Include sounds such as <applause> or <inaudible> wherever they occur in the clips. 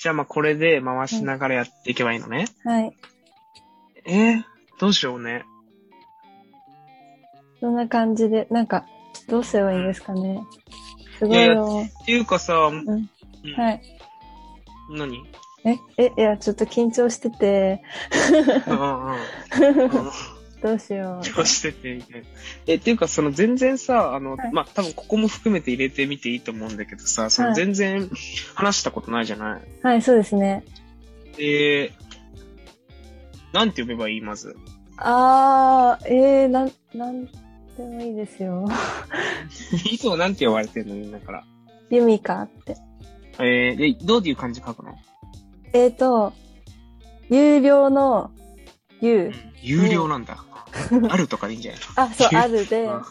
じゃあまあこれで回しながらやっていけばいいのね。はい。えー、どうしようね。そんな感じで、なんか、どうすればいいんですかね。すごいやいいやよ。っていうかさ、うんうん。はい。何え、え、いや、ちょっと緊張してて、うんうんうん。どうしよ調しててみたいな。え、っていうか、その全然さ、あの、はいまあ、多分ここも含めて入れてみていいと思うんだけどさ、そはのい全然話したことないじゃない。う。はい、そうですね。で、なんて呼べばいいまず。あー、えー、なん、なんでもいいですよ。 <laughs> いつもなんて呼ばれてるのみんなから。ユミカって。えー、で、どういう漢字書くのえーと、有料の、有。有料なんだ。あるとかでいいんじゃないあ、そう、あるで、のあ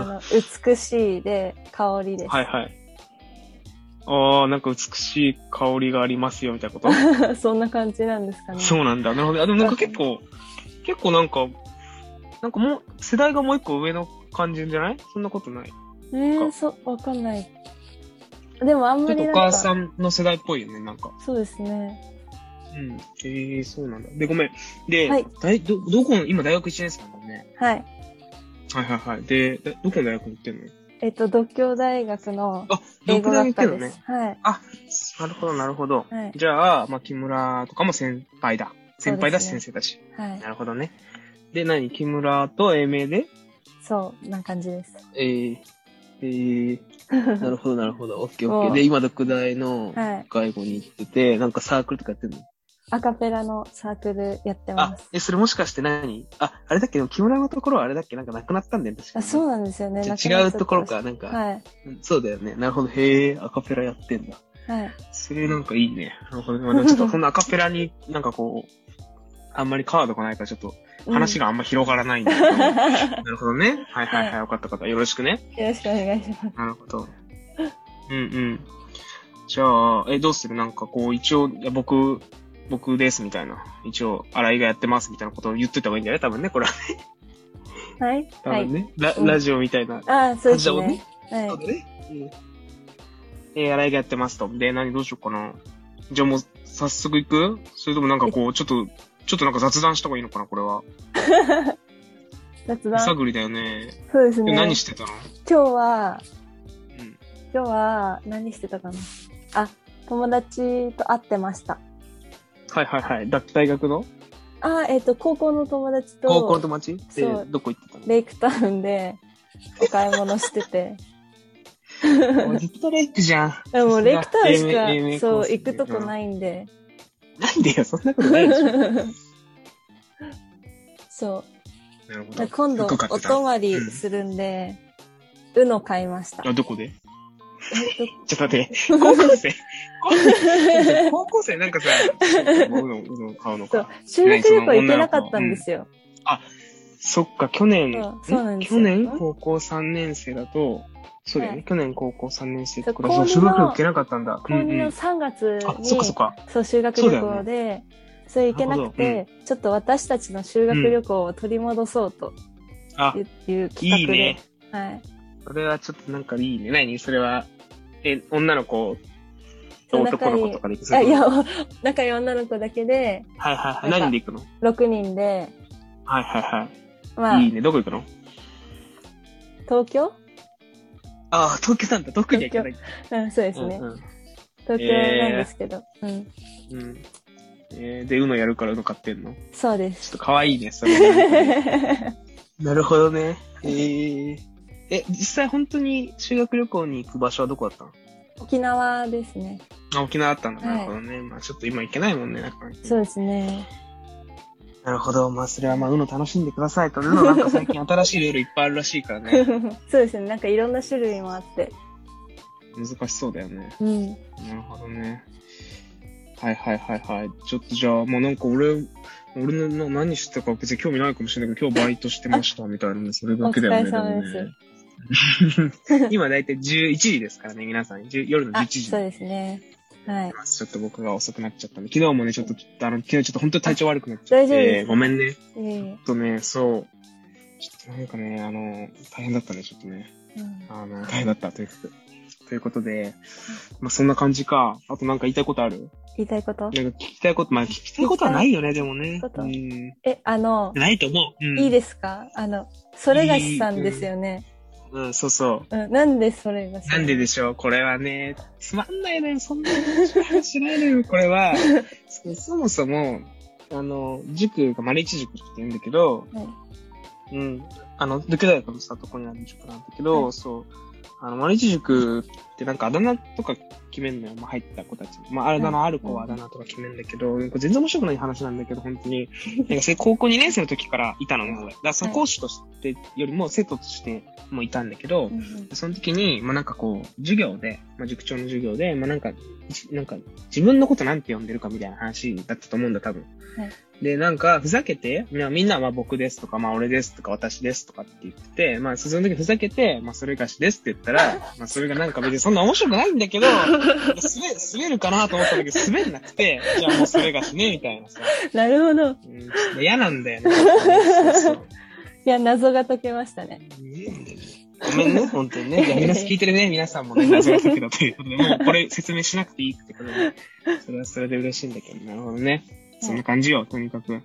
うんの、美しいで、香りです。はいはい。ああ、なんか美しい香りがありますよ、みたいなこと <laughs> そんな感じなんですかね。そうなんだ。なるほど。あでもなんか結構、結構なんか、なんかもう、世代がもう一個上の感じじゃないそんなことない。えー、そ、わかんない。でもあんちょっとまりおなん母か、さんの世代っぽいよね、なんか。そうですね。うん。ええそうなんだ。で、ごめん。で、はい大ど、どこの、今大学1年生なんだよね。はい。はいはいはい。で、だどこの大学に行ってんのえっと、独協大学のあ、英英語語大学行って科んのでねす。。はい。なるほど、なるほど。はいじゃあ、まあ、木村とかも先輩だ。先輩だし、そうで先生だし。はいな。るほどね。で、何木村と英明でそう、な感じです。えー、え <laughs> ー、なるほど、なるほど。オッケーそうオッケー。で、今、独大のはい。外語に行ってて、なんかサークルとかやってんのアカペラのサークルやってまあす。、え、それもしかして何あ、あれだっけど、木村のところはあれだっけなんかなくなったんだよ、確かあに。そうなんですよね。じゃなくあな違っうちゃところか、なんた。か、はい。うんそうだよね。なるほど。へえ、アカペラやってんだ。はい。それなんかいいね。なるほど。まあ、でもちょっ <laughs> とそんなアカペラになんかこう、あんまりカードがないからちょっと話が。があんま広がらないんだ <laughs> けど。なるほどね。はいはいは。はいわかったわかった。よろしくね。よろしくお願いします。なるほど。うんうん。じゃあ、え、どうするなんかこう、一応、いや僕、僕ですみたいな。一応、新井がやってますみたいなことを言っといた方がいいんじゃない多分ね、これは。はい。多はい分。ね。ラうんラジオみたいな。あ、そうです感じね。そうはだね。えー、洗いがやってますと。で、何どうしようかな。じゃあもう、早速行くそれともなんかこう、ちょっと、ちょっとなんか雑談した方がいいのかな、これは。い。雑手談。探りだよね。そうですえね。何今してたの日は、うん。今日は何してたかなあ、友達と会ってました。はいはいはい。だ大学のあ、えっと、高校の友達と。高校の友達でそう、どこ行ってたのレイクタウンでお買い物してて。もうずっとレイクじゃん。でもレイクタウンし英明か、英明コそう、ースで行くとこないんで。なんでよ、そんなことないでしょ。 <laughs> そなるほう。でど。今度服買っおてた泊まりするんで、うの買いました。あ、どこでえっ <laughs> ちょっと待って、高校 <laughs> 生。高校生高校生なんかさ、もううの、うの買うの <laughs> とそかう。、修学旅行行けなかったんですよ。そっか、去年、そうそうなんですよ去年高校3年生だと、そうだよね、はい去年高校3年生だかそら、うそう修高二の学旅行行けなかったんだ。高2うんうんの3月あ、に、そっかそっか。そう、修学旅そうだ行よで、それ行けなくなるて、ちょっと私たちの修学旅行を取り戻そうとあ、いうい企い画で、ね。はい。それはちょっとなんかいいね。何それは、え、女の子とそう男の子とかで行くあいや <laughs> はい、仲良い女の子だけで、はいはい。なんか何で行くの6人で、はいはいまはあ、い。いいね。どこ行くの東京ああ、東京なんだ。特には行かない。うん、そうですね。うんうん東京なんですけど。うん。うん。えー、で、うのやるからうの買ってんのそうでちょす。っと可愛いね、それ。 <laughs> なるほどね。えー、え、実際本当に修学旅行に行く場所はどこだったの沖縄ですね。あ、沖縄だったんだ。はいなるほどね。まあちょっと今行けないもんね。なんかそうですね。なるほど。まあそれはまあ、うの楽しんでくださいと。うのなんか最近新しいルールいっぱいあるらしいから <laughs> ね。 <laughs> そうですね。なんかいろんな種類もあって。難しそうだよね。うん。なるほどね。はいはいはいはい。ちょっとじゃあ、もうなんか俺、俺のな何してたか別に興味ないかもしれないけど、今日バイトしてましたみたいな、それだけだよね。お疲れ様ですもね <laughs> 今だいたい11時ですからね、皆さん。10夜のあ、 11時。そうですね。はい。ちょっと僕が遅くなっちゃったんで、昨日もね、ちょっと、あの、昨日ちょっと本当に体調悪くなっちゃって、大丈夫ですごめんね。ちいえいえょっとね、そう。ちょっとなんかね、あの、大変だったね、ちょっとね。うんあの、大変だった、とにかく。ということで、まあそんな感じか。あとなんか言いたいことある言いたいことなんか聞きたいこと、まあ聞きたいことはないよね、でもね。ことうん。え、あの、ないと思う。うん。いいですかあの、それがしさんですよね。うん、そうそう。うん、なんでそれがしなんででしょうこれはね、つまんないね。そんな話しないのよ。これ <laughs> は、そそもそも、あの、塾がマレーチ塾って言うんだけど、はいうん。あの、ルケ大学のさ、とこにある塾なんだけど、はいそう。あの、マレーチ塾ってなんかあだ名とか決めんのよ。まあ、入った子たち。まあ、あだ名ある子はあだ名とか決めんだけど、なんか全然面白くない話なんだけど、本当に。なんかそれ高校2年生の時からいたのね、俺。だからその講師としてよりも生徒としてもいたんだけど、うんうんその時に、まあ、なんかこう、授業で、まあ、塾長の授業で、まあ、なんか、じなんか、自分のことなんて呼んでるかみたいな話だったと思うんだ、多分。はで、なんか、ふざけて、まあみんなはまあ僕ですとか、まあ俺ですとか、私ですとかって言ってて、まあ、その時ふざけて、まあ、それがしですって言ったら、まあ、それがなんか別にそんな面白くないんだけど、滑、滑るかなと思ったんだけど、滑んなくて、じゃあもうそれがしね、みたいなさ。なるほうど。いん、ちょっと嫌なんだよね。そうそうや、謎が解けましたね。ごめんね、本当に <laughs> ね。いや皆さん聞いてるね、皆さんもね、謎が解けたということで、もうこれ説明しなくていいってことで、それはそれで嬉しいんだけど、なるほどね。そんな感じよ、とにかく。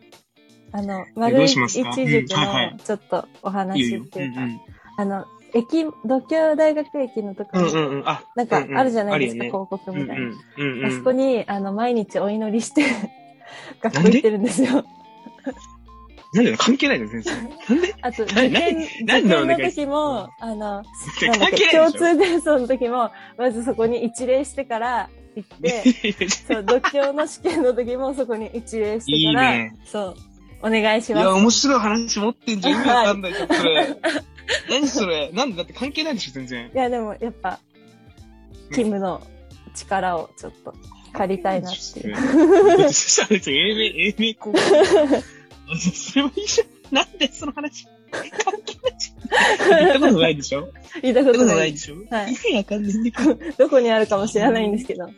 あの、ど丸う一します塾かうんはいはのいちょっとおいい話よっ。うてんいううか、ん。あの、駅、度胸大学駅のとこうろんうんうん。あ、なんかあるじゃないですか、うんうん広告みたいな。うんうんうんうん。あそこに、あの、毎日お祈りして、 <laughs> 学校行ってるんですよ。なんだよ、関係ないじゃん、全然。なんであと、受験、受ななん験でなんでの時も、あいやの、なんだっけ、関係ない共でしょ通テストの時も、まずそこに一礼してから行って、そう、度胸の試験の時もそこに一礼してから、いいねそう、お願いしいます。や、面白い話持ってんじゃん。意味わかんないじゃん、それ。何それなんでだって関係ないでしょ、全然。いや、でもやっぱ、キムの力をちょっと借りたいなっていう。う。そしたら別に英明、英明高校。それはいいじゃん。なんでその話関係ないじゃん。言ったことないで <laughs> しょ言っ言いたこたとことなないいで。しょはい意味わかんないんだけど。どこにあるかも知らないんですけど。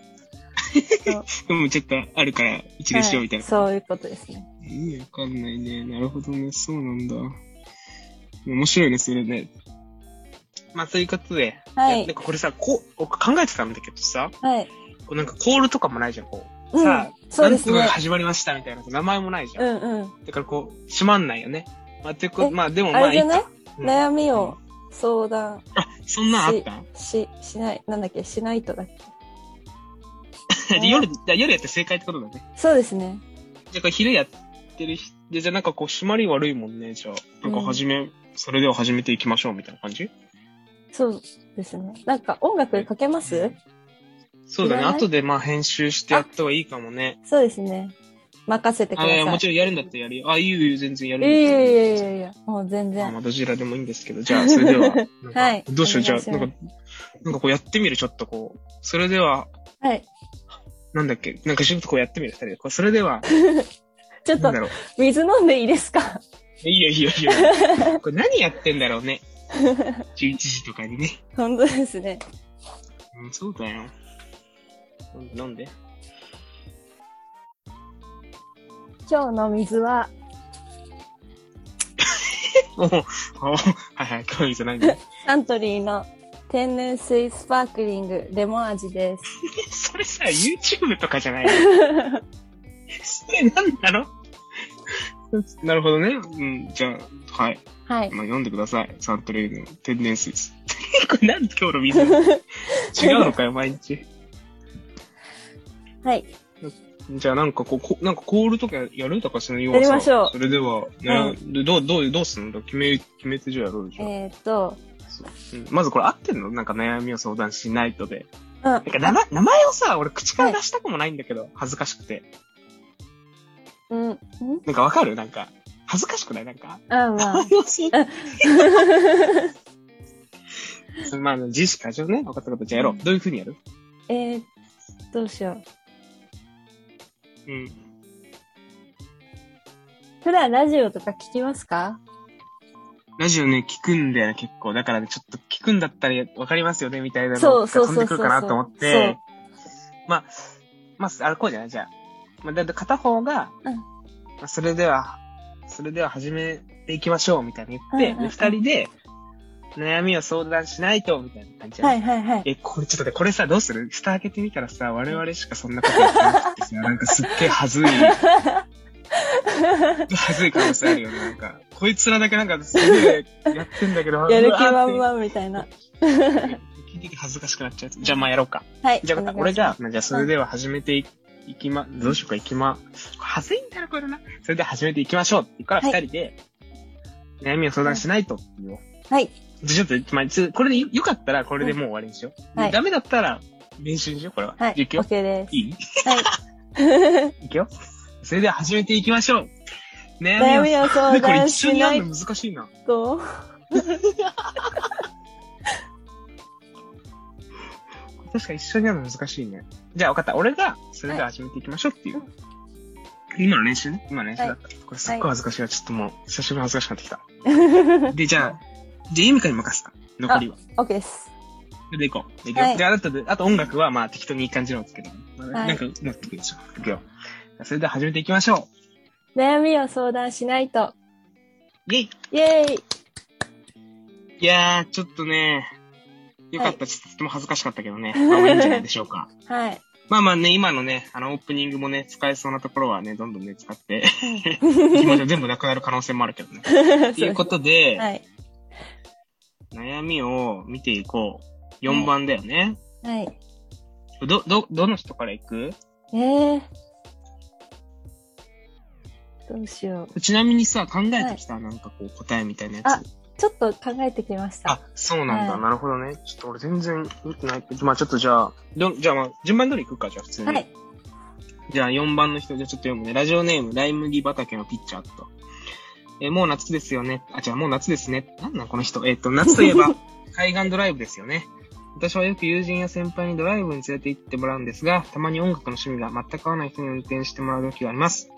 でもちょっとあるから、一でしようみたいな。そういうことですね。意味わかんないね。なるほどね。そうなんだ。面白いね、それね。まあ、そういうことで。はいなんかこれさ、こう、僕考えてたんだけどさ、はい。こうなんかコールとかもないじゃん、こう。うんさあ、そうですねなんとかが始まりましたみたいな、名前もないじゃんう。んうん。だからこう、閉まんないよね。まあ、てこえまあ、でもまああ、れじゃないいいかうん悩みを相談そんなんあったし、しない、なんだっけ、しないとだっけ。 <laughs> で夜、だ夜やって正解ってことだね。そうですね。じゃあ、これ昼やってる人、でじゃあなんかこう、締まり悪いもんね。じゃあ、なんか始め、それでは始めていきましょうみたいな感じそうですね。なんか音楽かけますそうだね。いらない後でまあ、編集してやった方がいいかもね。そうですね。任せてくあださいい。やもちろんやるんだったらやるよ。あ、いいよ、いいよ全然やいるやんいだったらやいややるいやいや、もうま全あ、ま然。あどちらでもいいんですけど、じゃあ、それで <laughs> は。なんかはいどうしよう、じゃお願いしあ、なますんか、なんかこうやってみる、ちょっとこう。それでは、はい。なんだっけ、なんかちょっとこうやってみる、二人で。こうそれでは、ちょっなとんだろう。水飲んでいいですか <laughs> いいよいいよ <laughs> いいよ。これ何やってんだろう <laughs> ね。11時とかにね。本当ですね。うん、そうだよ。飲んで。今日の水は、おうおうはいはい、今日じゃないん <laughs> だ。サントリーの天然水スパークリングレモン味です。それさ、YouTube とかじゃないのそれなんだろう <laughs> なるほどね。うん、じゃあ、はい。はい。まあ、読んでください。サントリーの天然水 <laughs> です。これなんで今日の水 <laughs> なの違うのかよ、毎日。はい。じゃあなんかこう、こなんかコールとかやるとかしないよやりましょうそれでは、ねはでどう、どう、どうすんの決め、決めてじゃあやろうじゃあ、えーっと、そううんまずこれ合ってんのなんか悩みを相談しないとで。うんなんか名前、名前をさ、俺口から出したくもないんだけど、恥ずかしくて。うん、んなんかわかるなんか、恥ずかしくないなんか。あ、まあ。 <laughs> まあ、自意識過剰ね。分かったことじゃあやろう。どういう風にやる <laughs> えー、どうしようう。ん。普段ラジオとか聞きますかラジオね、聞くんだよね、結構。だからね、ちょっと聞くんだったらわかりますよね、みたいなのそうがそうそ飛うんそでうくるかなと思って。そうまあ、まあ、あれこうじゃないじゃあ。まあ、だって片方が、うんまあ、それでは、それでは始めていきましょう、みたいに言って、うんうんうで、ん二人で、悩みを相談しないと、みたいな感じやねはいはいはい。え、これちょっとね、これさ、どうする蓋開けてみたらさ、我々しかそんなことやってなくてさ、なんかすっげえ恥ずい、 <laughs> 恥ずい可能性あるよね。なんか、こいつらだけなんかすげえやってんだけど、 <laughs> やる気は満々みたいな。時々恥ずかしくなっちゃう。じゃあまあやろうか。はい。じゃあまたお願俺いしじゃまあ、まあじゃあそれでは始めていいきま、どうしようか、いきま、恥ずいんだな、これな。それでは始めていきましょうって言うから、はい二人で、悩みを相談しないとっていう。すはい。じゃあちょっと、まあ、つこれでよよかったら、これでもう終わりにしよう。はいダメだったら、練習にしよう、これは。はい。いくよ OK です。いい <laughs> はい。いくよ。それでは始めていきましょう。悩悩みを。みを相でこれ談一緒しにやなるいの難しいな。と。確か一緒にやるの難しいね。じゃあ分かった。俺が、それでは始めていきましょうっていう。今の練習ね。今の練習だった。これすっごい恥ずかしいわ。ちょっともう、久しぶりに恥ずかしくなってきた。で、じゃあ、じゃあ、ゆみかに任せた。残りは。 OK です。それでいこう。でいくよはいじゃあ、あとで、あと音楽は、まあ、適当にいい感じのをつけて。まあはいなんか、うまくいくでしょ。いくよ。それでは始めていきましょ悩みを相談しないと。う。イェイイェーイいやー、ちょっとね、よかった。ちょっととても恥ずかしかったけどね。まあ、いいんじゃないでしょうか。 <laughs> はい。まあまあね、今のね、あの、オープニングもね、使えそうなところはね、どんどんね、使って、今じゃ全部なくなる可能性もあるけ <laughs> どね。ということで、はい。悩みを見ていこう。4番だよね。はい。ど、ど、どの人から行くえー。どうしよう。ちなみにさ、考えてきた、なんかこう、答えみたいなやつ。あちょっと考えてきましあた。そうなんだ、はいなるほどね。ちょっと俺全然見てないけど、まあちょっとじゃあ、ど、じゃあまあ、順番通り行くか、じゃあ普通に。はい。じゃあ4番の人、じゃあちょっと読むね。ラジオネーム、ライ麦畑のピッチャーと。えーもう夏ですよね。あ、違う、もう夏ですね。なんなんこの人。えっ、と、夏といえば、海岸ドライブですよね。私はよく友人や先輩にドライブに連れて行ってもらうんですが、たまに音楽の趣味が全く合わない人に運転してもらう時があります。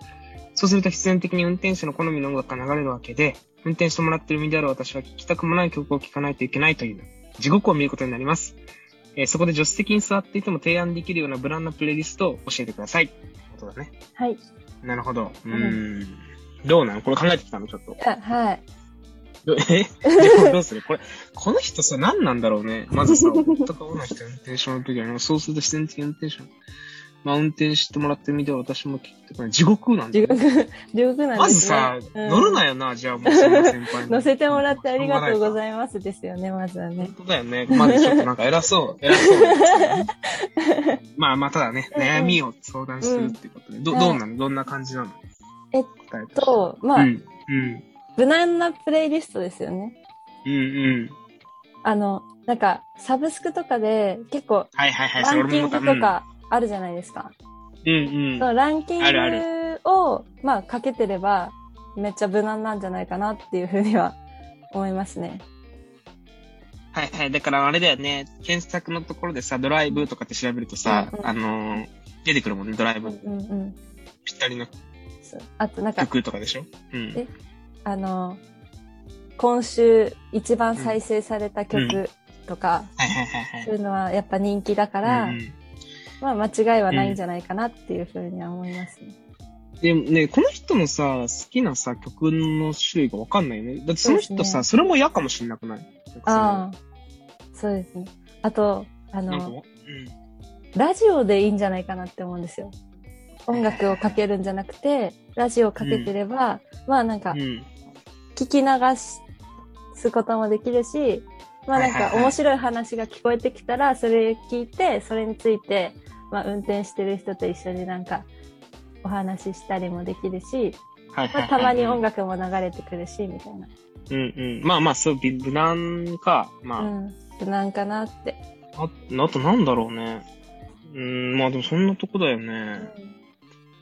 そうすると必然的に運転手の好みの音楽が流れるわけで、運転してもらってる身である私は聴きたくもない曲を聴かないといけないという、地獄を見ることになります。えーそこで助手席に座っていても提案できるような無難なプレイリストを教えてください。ことだね。はい。なるほど。うーん。どうなのこれ考えてきたのちょっと。あ、はい。ど <laughs> えでもどうするこれ、この人さ、何なんだろうね。まずさ、男の人運転手の時はね、そうすると自然的に運転手の。まあ、運転してもらってみては私も聞いてこない。地獄なんだ地よね、獄、 <laughs> 地獄なんですね。まずさ、乗るなよな、じゃあもうその先輩に。乗せてもらってありがとうごいざいますですよね、まずはね本。当だよね。まずちょっとなんか偉 <laughs> そう。偉そう。まあまあ、ただね、うんうん悩みを相談するっていうことで。どうんどうなのどんな感じなのえっ答えとしてと、まうあ、ん。うん。無難なプレイリストですよね。うんうん。あの、なんか、サブスクとかで結構はいはいはい。ラそれン俺キもング思とったかあるじゃないですか。うんうんそ。のランキングあるあを、まあ、かけてれば、めっちゃ無難なんじゃないかなっていうふうには思いますね。はいはい。だからあれだよね。検索のところでさ、ドライブとかって調べるとさうん、うんあのー出てくるもんね。ドライうブんうんうん。ぴったりのそうあと、なんか、曲とかでしょうんえ。あの、今週一番再生された曲とか、はいはいはいそうはいいうのはやっぱ人気だか。ら、うんうんまあ間違いはないんじゃないかなっていうふうには思いますね。でもね、この人のさ、好きなさ、曲の種類がわかんないよね。だってその人そうですさ、ねそれも嫌かもしんなくないなんかああ、そうですね。あと、あそのなんか、の、うラジオでいいんじゃないかなって思うんですよ。音楽をかけるんじゃなくて、ラジオをかけてれば、まあなんかん。う、ん。聞き流すこともできるし、まあなんはいはいかはい面白い話が聞こえてきたら、それ聞いて、それについて、まあ運転してる人と一緒になんか、お話ししたりもできるし、はいはいはまあ、い。たまに音楽も流れてくるし、みたいな。うんうん。まあまあ、そう、び無難か。まあう、ん。無難かなって。ああとなんだろうね。うーん、まあでもそんなとこだよね。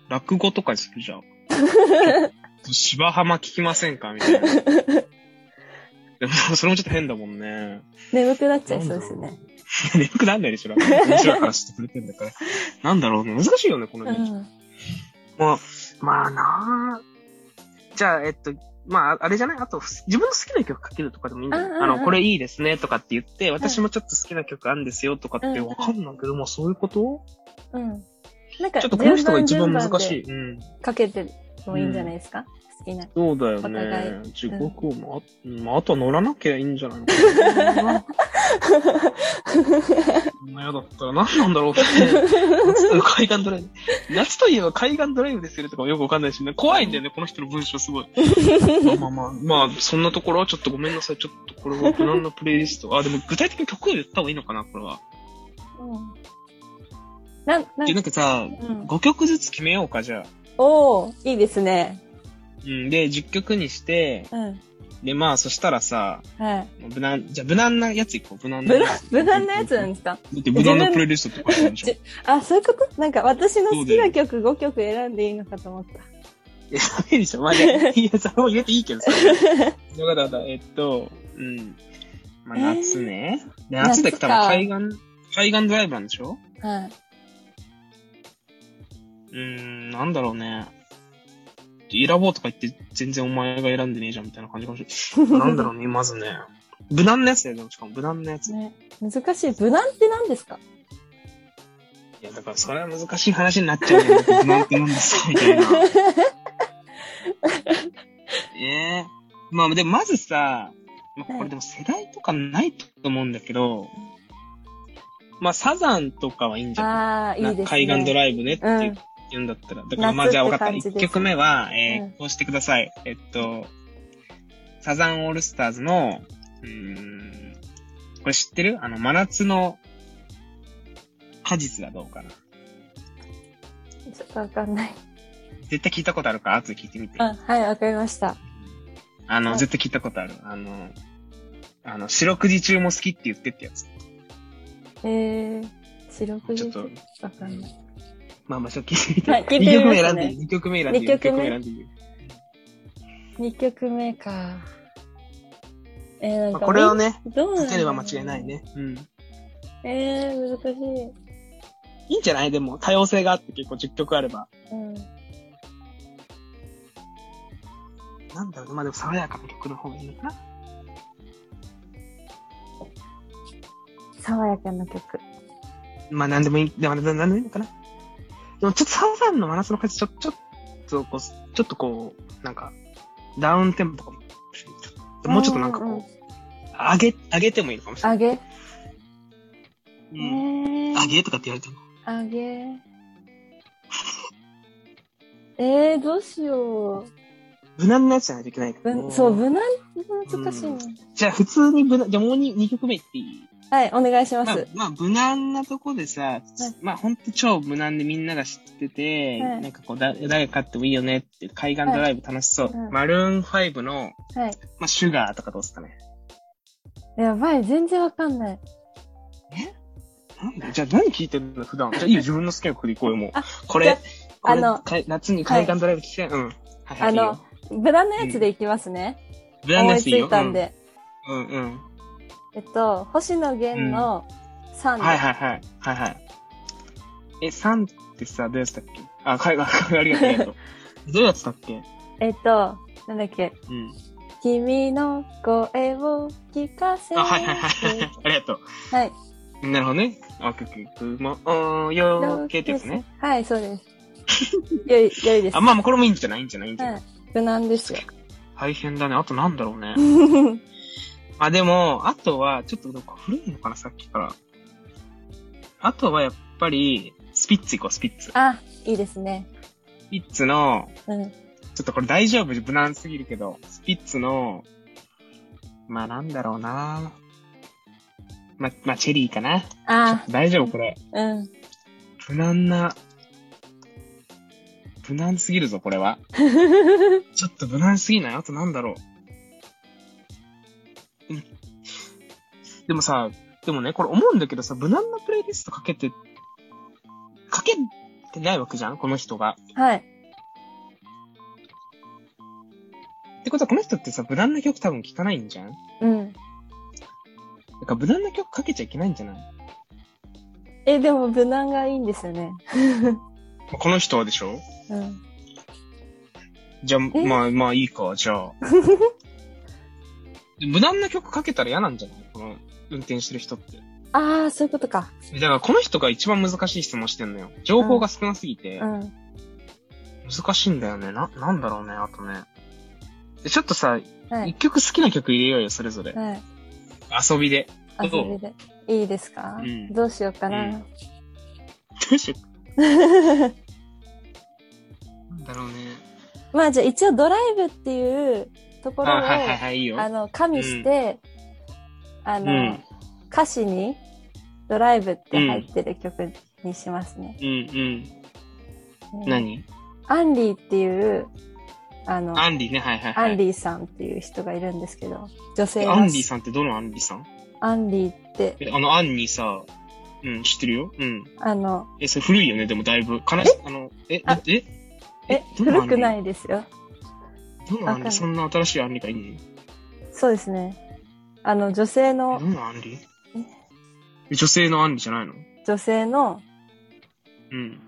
落語とかにするじゃ <laughs> ん。芝浜聞きませんかみたいな。でも、それもちょっと変だもんね。眠くなっちゃいそうですね。眠くなんないでしょ面白い話してくれてんだから。なんだろうね。難しいよね、このう人、ん。まあ、まあなあじゃあ、えっと、まあ、あれじゃないあと、自分の好きな曲かけるとかでもいいんだよ。うんうんうんあの、これいいですね、とかって言って、私もちょっと好きな曲あるんですよ、とかってわかんないけど、まあそういうことうん。なんか、ちょっとこの人が一番順番難し順番い。うん。でかけてもいいんじゃないですか、好きな。そうだよお互ね。地獄をもあ、まあ、あとは乗らなきゃいいんじゃないのかな。そんな嫌だったら何なんだろうって。夏と海岸ドライブ。夏といえば海岸ドライブでするとかもよくわかんないしね。怖いんだよね、この人の文章すごい。まあまあまあ、まあ、そんなところはちょっとごめんなさい。ちょっとこれは無難なプレイリスト。あ、でも具体的に曲を言った方がいいのかな、これは。 <laughs> うんなん、なんで、なんかさ、うん、 5曲ずつ決めようか、じゃあ。おおいいですね。うん、で、10曲にして、うん。で、まあ、そしたらさ、はい。無難、じゃあ無難なやついこう、無難な無や難つ。、無難なやつなんですかだって無難なプレイリストとかあるでしょ。あ、そういうことなんか私の好きそなう曲5曲選んでいいのかと思っいや、ダメでしょ。まあ、 <laughs> いや、いやそれも入れていいけどさ。だからだ、えっと、うん。まあ、えー夏ね。で夏で夏多か分海岸、海岸ドライブなんでしょた。はい。うーん、なんだろうね。選ぼうとか言って、全然お前が選んでねえじゃんみたいな感じかもしれ <laughs> ない。なんだろうね、まずね。無難なやつだよ、でもしかも無難なやつ。いね、難しい。無難って何ですかや、だからそれは難しい話になっちゃうよ、ね。無難ってなんですかみたいな。ええまあ、でもまずさ、まあこれでも世代とかないと思うんだけど、まあ、サザンとかはいいんじゃない <laughs> ああ、いいですね。な海岸ドイライブでってうん。言うんだったら。だからまあ夏じゃあっ分てかった。感じです1曲目は、えーうんこうしてください。えっと、サザンオールスターズの、うーん、これ知ってるあの、真夏の果実だどうかな。ちょっとわかんない。絶対聞いたことあるから、後で聞いてみて。あはい、わかりました。あの、はい絶対聞いたことある。あの、あの、四六時中も好きって言ってってやつ。えー、四六ちょ時っと中。わかんない。まあまあ、 <laughs> ちょっと聞いてみて。はい聞いて2み曲ま目す選んでいねい。2曲目選んでいい。二曲目二選んでいい。二曲目か。えー、なんまかあ、これをね、みん、どうなかんだろうければ間違いない。ね。うん。えー、難しい。いいんじゃないでも、多様性があって結構10曲あれば。うん。なんだろうね。まあでも爽やかな曲の方がいいのかな。爽やかな曲。まあなんでもいい、でもなんでもいいのかな。でもちょっとサザンの真夏の果実、ちょ、ちょっとこう、ちょっとこう、なんか、ダウンテンポかもしれないちょっともうちょっとなんかうんうんこう、上げ、上げてもいいのかもしれなあい。げ。うえんー。上げとかって言われても。あげ。えー、どうしよう。無難なやつじゃないといけないからねぶんそう、無難難しいな。うんじゃあ普通に無難、じゃあもう 2, 二曲目いっていいはい、お願いしままあす。、まあ無難なとこでさ、まあほんと超無難でみんなが知ってて、はいなんかこうだ、誰が勝ってもいいよねって、海岸ドライブ楽しそう。はいうんマルーン5の、はい。まあシュガーとかどうですかね。やばい、全然わかんない。なんだじゃあ何聞いてるの普段。じゃあいいよ、自分の好きな曲で行こうよ、もうあ。こじれゃ、これあのかい夏に海岸ドライブ聞きたい。うん。はいはい、あいいのよ。無難なやつでいきますね。無難な思やいつついいよ。いたんで。うん、うん、うん。えっと、星野源のサンデー、はいはいはい。はいはい。え、サンってさ、どうやつだっけあ、海岸、 <laughs> ありがとうありがとう。どうやつだっけえっと、なんだっけ。うん。君の声を聞かせてあ、はいはいはい <laughs> はい。ありがとう。はい。なるほどね。あ、くくくも、よけってやつね。はい、そうです。良い、良いです。あ、まあまあ、これもいいんじゃないいいんじゃないいいんじゃはないい。無難ですよ。大変だね。あとなんだろうね。あ、でも、あとは、ちょっとでも古いのかな、さっきから。あとはやっぱり、スピッツ行こう、スピッツ。スあ、いいですね。ピッツの、うん。ちょっとこれ大丈夫無難すぎるけど、スピッツの、まあなんだろうなま、まあ、チェリーかな。あ、大丈夫これ。うん。 <laughs> 無難な、無難すぎるぞ、これは。ちょっと無難すぎないあとなんだろう。うんでもさ、でもね、これ思うんだけどさ、無難なプレイリストかけて、かけてないわけじゃんこの人が。はい。ってことはこの人ってさ、無難な曲多分聴かないんじゃんだうん。から無難な曲かけちゃいけないんじゃないえ、でも無難がいいんですよね。この人はでしょうん。じゃあ、まあまあいいか、じゃ <laughs> あ。無難な曲かけたら嫌なんじゃないこの運転してる人って。ああ、そういうことか。だからこの人が一番難しい質問してんのよ。情報が少なすぎて、うん。難しいんだよね。な、なんだろうね、あとね。えちょっとさ、は一い。曲好きな曲入れようよ、それぞれ。はい。遊びで。どう遊びで。いいですか、うんどうしようかな。うんどうしよう。なんだろうね。 <laughs> まあじゃあ一応ドライブっていうとこあ、ろを、あ,、はいはいはい、いいよ。の、加味して、あの、うん歌詞にドライブって入ってる曲にしますね。うんうん。うん何アンリーっていう、あの、アンリね、はいはいはアい。ンリーさんっていう人がいるんですけど、女性えのアンリーさんってどのアンリーさんアンリーって、えあの、アンにさ、うん、知ってるよ。うん。あの、え、それ古いよね、でもだいぶ。悲しあの、え、あだってええ、古くい。ないですよ。どのアンリわかんなーいそんな新しいアンリーがいいのそうですね。あの、女性えのど、のアンリーえ女性のアンリーじゃないの女性のうん。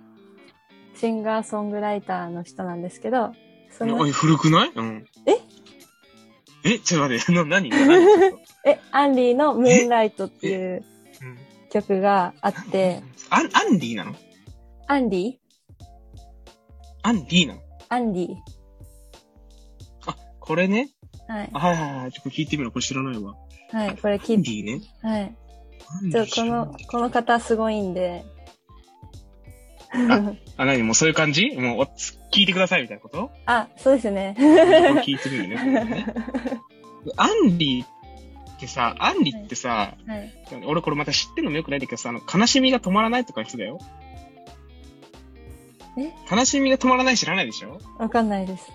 シンガーソングライターの人なんですけど、そねおの、い、古くないうん。ええ、ちょっと待って、 <laughs> な、何何え、アンリーのムーンライトっていううん曲があって、アン、アンリーなのアンリーアンリーなのアンリー。これね。はい。あはいはいはい。ちょっと聞いてみろ。これ知らないわ。はい、これア聞ンいて、リーね。はい。アンちリょ、ーこ知らなのい、この方すごいんで。あ、何もうそういう感じもう、お聞いてくださいみたいなこと <laughs> あ、そうですね。これ聞いてみるねこれね。アンリーってさ、アンリーってさ、 <laughs> はい。俺これまた知ってるのもよくないんだけどさ、あの、悲しみが止まらないとかの人だよ。え悲しみが止まらない知らないでしょわかんないです。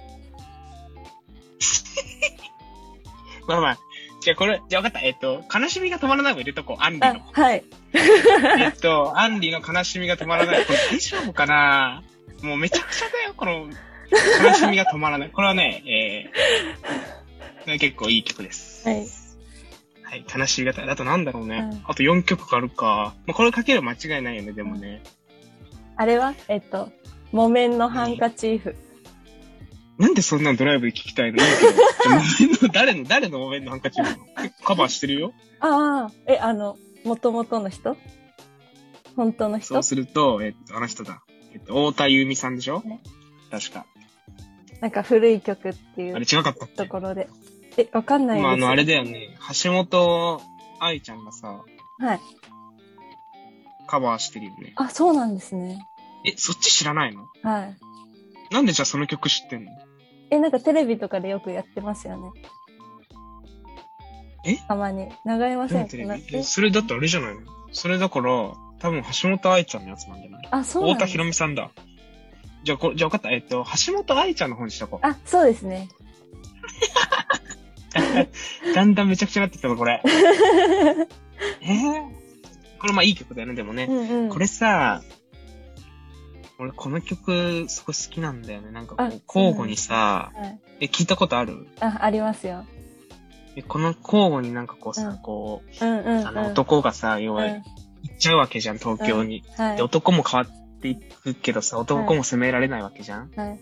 まあまあ。じゃあこれ、じゃあ分かった。えっと、悲しみが止まらないも入れとこう。アンリーあの。、はい。えっと、アンリの悲しみが止まらない。これ大丈夫かなもうめちゃくちゃだよ、この悲しみが止まらない。これはね、えー、結構いい曲です。はい。はい、悲しみが止まらない。あとなんだろうね。うんあと4曲あるか。まあ、これかける間違いないよね、でもね。あれはえっと、木綿のハンカチーフ。なんでそんなのドライブで聞きたいの誰の、誰のお面のハンカチなのカバーしてるよ。ああ、え、あの、もともとの人本当のそ人うすると、えっと、あの人だ。えっと、太田優美さんでしょね確か。なんか古い曲っていあれう違かったっとけころで。え、わかんないです。まあ、あの、あれだよね。橋本愛ちゃんがさ、はい。カバーしてるよね。あ、そうなんですね。え、そっち知らないのはい。なんでじゃあその曲知ってんのえ、なんかテレビとかでよくやってますよね。えたまに。流れませんテレなビええそれだってあれじゃないのそれだから、多分橋本愛ちゃんのやつなんじゃないあ、そう太なん田です博美さんだ。じゃあこ、じゃあ分かった。えっと、橋本愛ちゃんの方にしとこあ、そうで <laughs> すね。う。だんだんめちゃくちゃなってきたぞ、こ <laughs> れ。えー、これまあいい曲だよね、でもうね。んうん。これさ、俺この曲すごい好きなんだよね。なんかこあう交互にさ、はい、え、聞いたことあるあ、ありますよ。えこの交互になんかこうさ、うんこう、うんうん、うん。あの男がさ、要うん、はは行い。っちゃうわけじゃん、東京に。で、男も変わっていくけどさ、男も責められないわけじゃん。はい。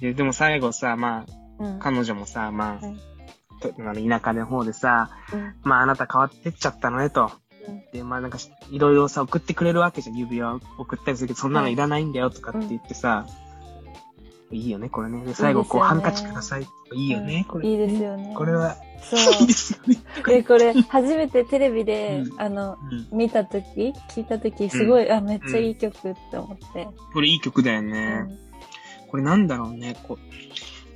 で、でも最後さ、まうんあ、彼女もさ、まはいあ、とあの田舎の方でさ、うんまあ、あなた変わってっちゃったのねと。うんで、まあ、なんか、いろいろさ、送ってくれるわけじゃん。指輪を送ったりするけど、そんなのいらないんだよとかって言ってさ、いいよね、これね。で、最後、こう、いいですよねハンカチください。いいよね、これ。いいですよね。これ。は、そいいう <laughs> で。すよね。で、これ、初めてテレビで、うあの、うん見たとき、聞いたとき、すごい、あ、めっちゃいい曲って思って。これいい曲だようね。んこれなんだろうね。こ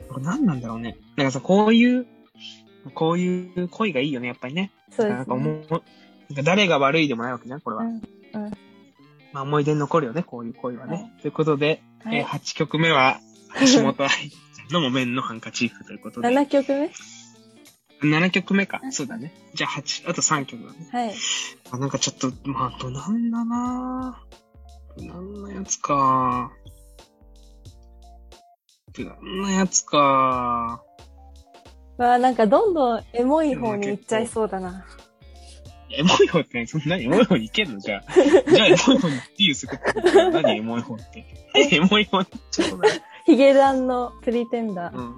う、これなんなんだろうね。なんかさ、こういう、こういう恋がいいよね、やっぱりね。そうでなんすかね。思う、なんか誰が悪いでもないわけじゃん、これは。うんうんまあ思い出に残るよね、こういう恋はね。はということで、はいえー8曲目は、橋本愛ちゃんの木綿のハンカチーフということ <laughs> で。 7曲目7曲目か。そうだね。じゃあ8、あと3曲だね。はい。あ、なんかちょっと、まあ、無難だなぁ。無難なやつか無難なやつかまあ、なんか、どんどんエモい方に行っちゃいそうだな。エモい方って何そんなにエモい方にいけんのじゃあ。じゃあエモい方にディールするって何エモい方って。エモい方に行っちゃうな。ヒゲダンのプリテンダうー。ん。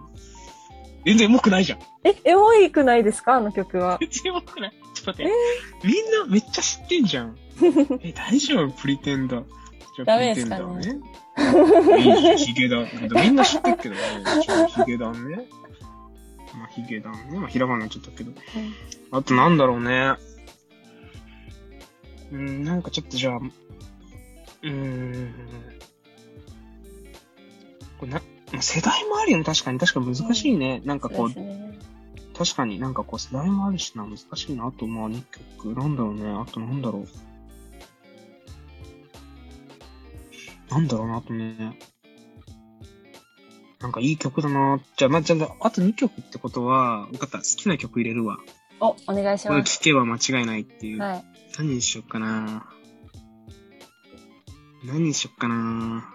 全然エモくないじゃん。え、エモいくないですかあの <laughs> 曲は。全然エモくないちょっと待って。みん <laughs> なめっちゃ知ってんじゃん。え、大丈夫プリテンダー。じゃあダプメリでテすンかダねーね。 <laughs> いいヒゲダン。なんかみんな知ってるけどね。ヒゲダンね。まあ、ヒゲダンね。まあ、ひらがなになっちゃったけど。あとなんだろうね。うん、なんかちょっとじゃあ、うーん。これな、まあ世代もあるよね。確かに。確かに難しいね。なんかこう、そうですね確かになんかこう世代もあるしな、難しいな。あとまあ2曲、なんだろうね。あとなんだろう。なんだろうな、あとね。なんかいい曲だな。じゃあ、まあ、じゃあ、あと2曲ってことは、分かった。好きな曲入れるわ。お、お願いしこれます。聴けば間違いないっていう。はい。何にしよっかな。何にしよっかな。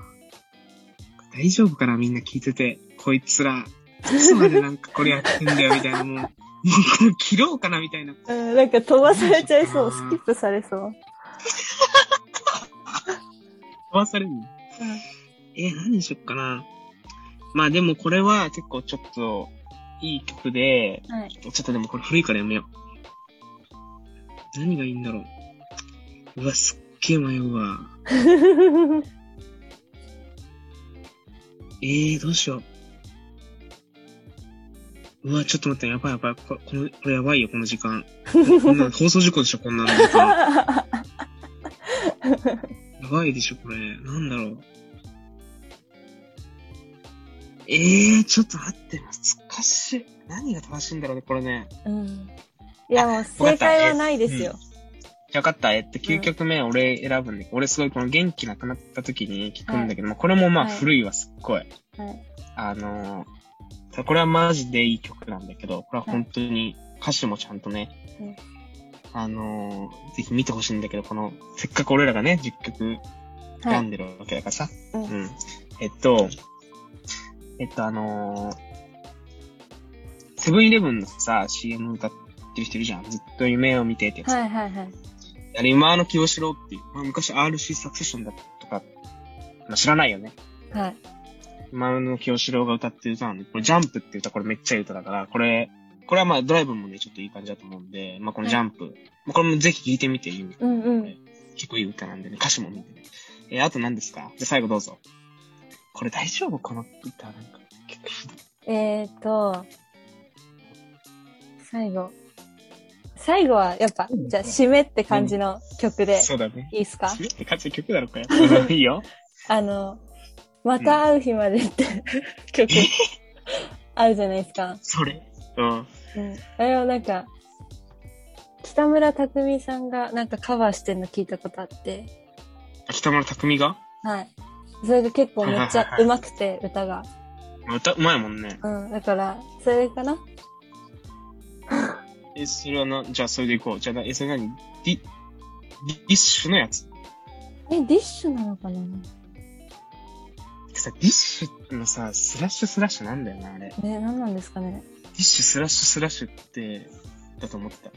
大丈夫かなみんな聞いてて。こいつら、いつまでなんかこれやってんだよ、みたいな。もう、もうこれ切ろうかな、みたいな。うん、なんか飛ばされちゃいそう。スキップされそう。飛ばされるのえ、何にしよっかな。まあでもこれは結構ちょっと、いい曲で、はい。 <laughs> ちょっとでもこれ古いからやめよう。何がいいんだろう。うわ、すっげえ迷うわ。えー、どうしよう。うわ、ちょっと待って、やばいやばい。ここのこれやばいよ、この時 <laughs> 間。こんなの放送事故でしょ、こんなの。やばいでしょ、これ。なんだろう。えー、ちょっと待って、難しい。何が正しいんだろうね、これね。うんいや、もう正解はないですよ。じゃあ分かった。えっと、9曲目、俺選ぶんで、俺すごいこの元気なくなった時に聞くんだけど、まあこれもまあはい古いわ、すっごい。はいあのーこれはマジでいい曲なんだけど、これは本当に歌詞もちゃんとね、うんあのーぜひ見てほしいんだけど、この、せっかく俺らがね、10曲は選んい。でるわけだからさ、うんうん。えっと、えっと、あのーセブンイレブンのさ、CM 歌ってる人いるじゃん。ずっと夢を見てってやつ。はいはいはい。あれ、今の清志郎っていう、まあ、昔 RC サクセションだとか、まあ、知らないよね。はい。今の清志郎が歌ってる歌なんで、これジャンプって歌、これめっちゃいい歌だから、これ、これはまあドライブもね、ちょっといい感じだと思うんで、まあこのジャンプ、まあこれもぜひ聴いてみていいうんうん。結構いい歌なんでね、歌詞も見てね。えーあと何ですかじゃあ最後どうぞ。これ大丈夫この歌、なんか。えーと、最後。最後は、やっぱ、じゃあ、締めって感じの曲で、そうだね。いいですか締めって感じの曲だろ、こ <laughs> れ。いいよ。あの、また会う日までって曲、あるじゃないですか。それ。うん。うん。あれはなんか、北村匠海さんがなんかカバーしてるの聞いたことあって、北村匠海がはい。それが結構めっちゃ上手くて、歌が。まあ歌うまいもんね。うん。だから、それかなえ、それはな、じゃあそれでいこう。じゃあな、え、それ何ディ、ディッシュのやつ。え、ディッシュなのかなさ、ディッシュのさ、スラッシュスラッシュなんだよな、あれ。ディえ、何なんですかねッシュスラッシュスラッシュって、だと思ってた。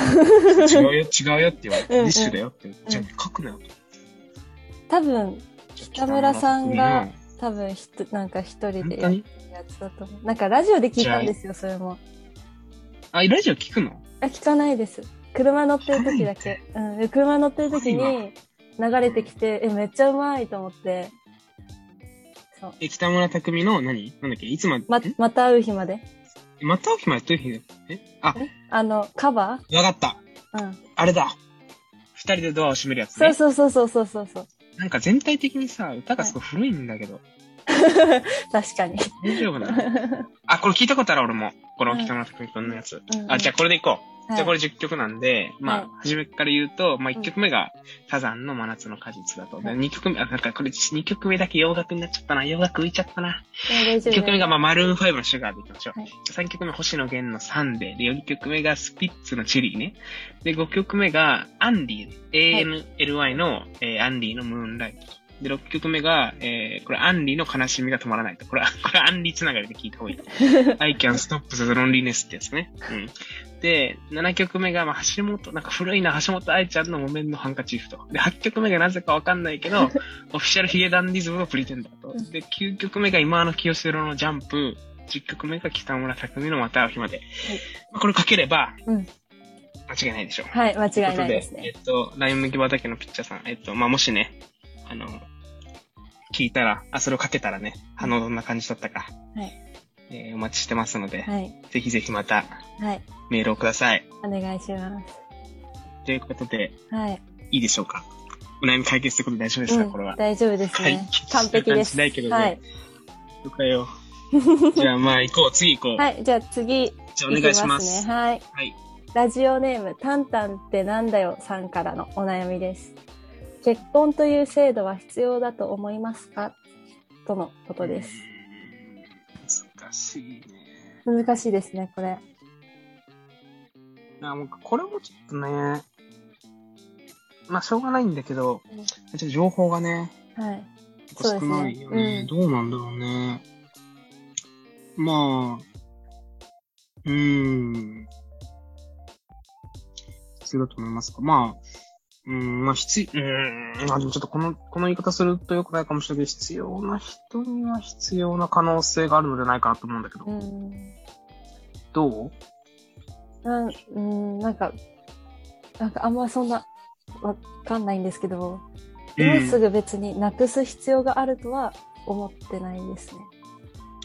違う <laughs> よ、違うよって言われて、うんデうんィッシュだよって。じゃあ書くなよ。多分、北村さんがうん、多分ひと、なんか一人本で当やるにやつだと思う。なんかラジオで聞いたんですよ、それも。あ、ラジオ聞くのあ、聞かないです。車乗ってる時だけ。うん。で車乗ってる時に流れてきて、え、めっちゃうまいと思って。そう。え、北村匠海の何、なんだっけいつま、まん、また会う日まで。またおひまという日だえあ、わえあの、カバかった。ーうん。あれだ。二人でドアを閉めるやつそうね。そうそうそうそうそうそう。なんか全体的にさ、歌がすごい古いんだけど。確かに。大丈夫なのあ、これ聞いたことある俺も。この北村匠海君のやつ。あ、じゃあこれでいこう。あじゃあこれ。れ10曲なんで、まはあい、初めから言うと、まあ1曲目がサザンの真夏の果実だと。ではい2曲目、あ、なんかこれ2曲目だけ洋楽になっちゃったな。洋楽浮いちゃったな。うん大丈1夫曲目ね。がまあマルーン5のシュガーでいきましょう。はい3曲目星野源のサンデー。で、4曲目がスピッツのチェリーね。で、5曲目がアンディ、ANLY の、えーアンディのムーンライト。で、6曲目が、えーこれアンディの悲しみが止まらないと。これ、これアンディつながりで聞いた <laughs> 方がいい。I can stop the loneliness ってやつね。うん。で、7曲目が、まあ、橋本、なんか古いな、橋本愛ちゃんの木綿のハンカチーフと。で、8曲目がなぜかわかんないけ <laughs> ど、オフィシャルヒゲダンディズムのプリテンダーと。で、9曲目が今の清志郎のジャンプ、10曲目が北村匠海のまた会う日まで。まあこれかければ、うん間違いないでしょう。はい、間と違いないですいうね。ことで、えっと、ライ麦畑のピッチャーさん、えっと、まあ、もしね、あの、聞いたら、あ、それをかけたらね、反応どんな感じだったか、はいえーお待ちしてますので、はい。ぜひぜひまたはい。メールをください。お願いします。ということで、はい。いいでしょうかお悩み解決ということで大丈夫ですか、これうはん。大丈夫ですはいね。完璧です。ないけどねはい。了解 <laughs> よ。じゃあまあ行こう、次行こう。はい。じゃあ次、いじゃあお願いしきま。ますすね。はい。はい。ラジオネーム、タンタンってなんだよさんからのお悩みです。結婚という制度は必要だと思いますかとのことです。うーん。難しいね。難しいですね、これ。あ、もうこれもちょっとね、まあしょうがないんだけど、うんちょっと情報がね、はい。少ないよね。どうなんだろうね。まあ、うーん。必要だと思いますか。まあ、うーん、まあ必要、うーん、まあでもちょっとこの、この言い方すると良くないかもしれないけど、必要な人には必要な可能性があるのではないかなと思うんだけど、うん。どうなん、うん、なんか、なんかあんまそんな、わかんないんですけど、今すぐ別になくす必要があるとは思ってないですね。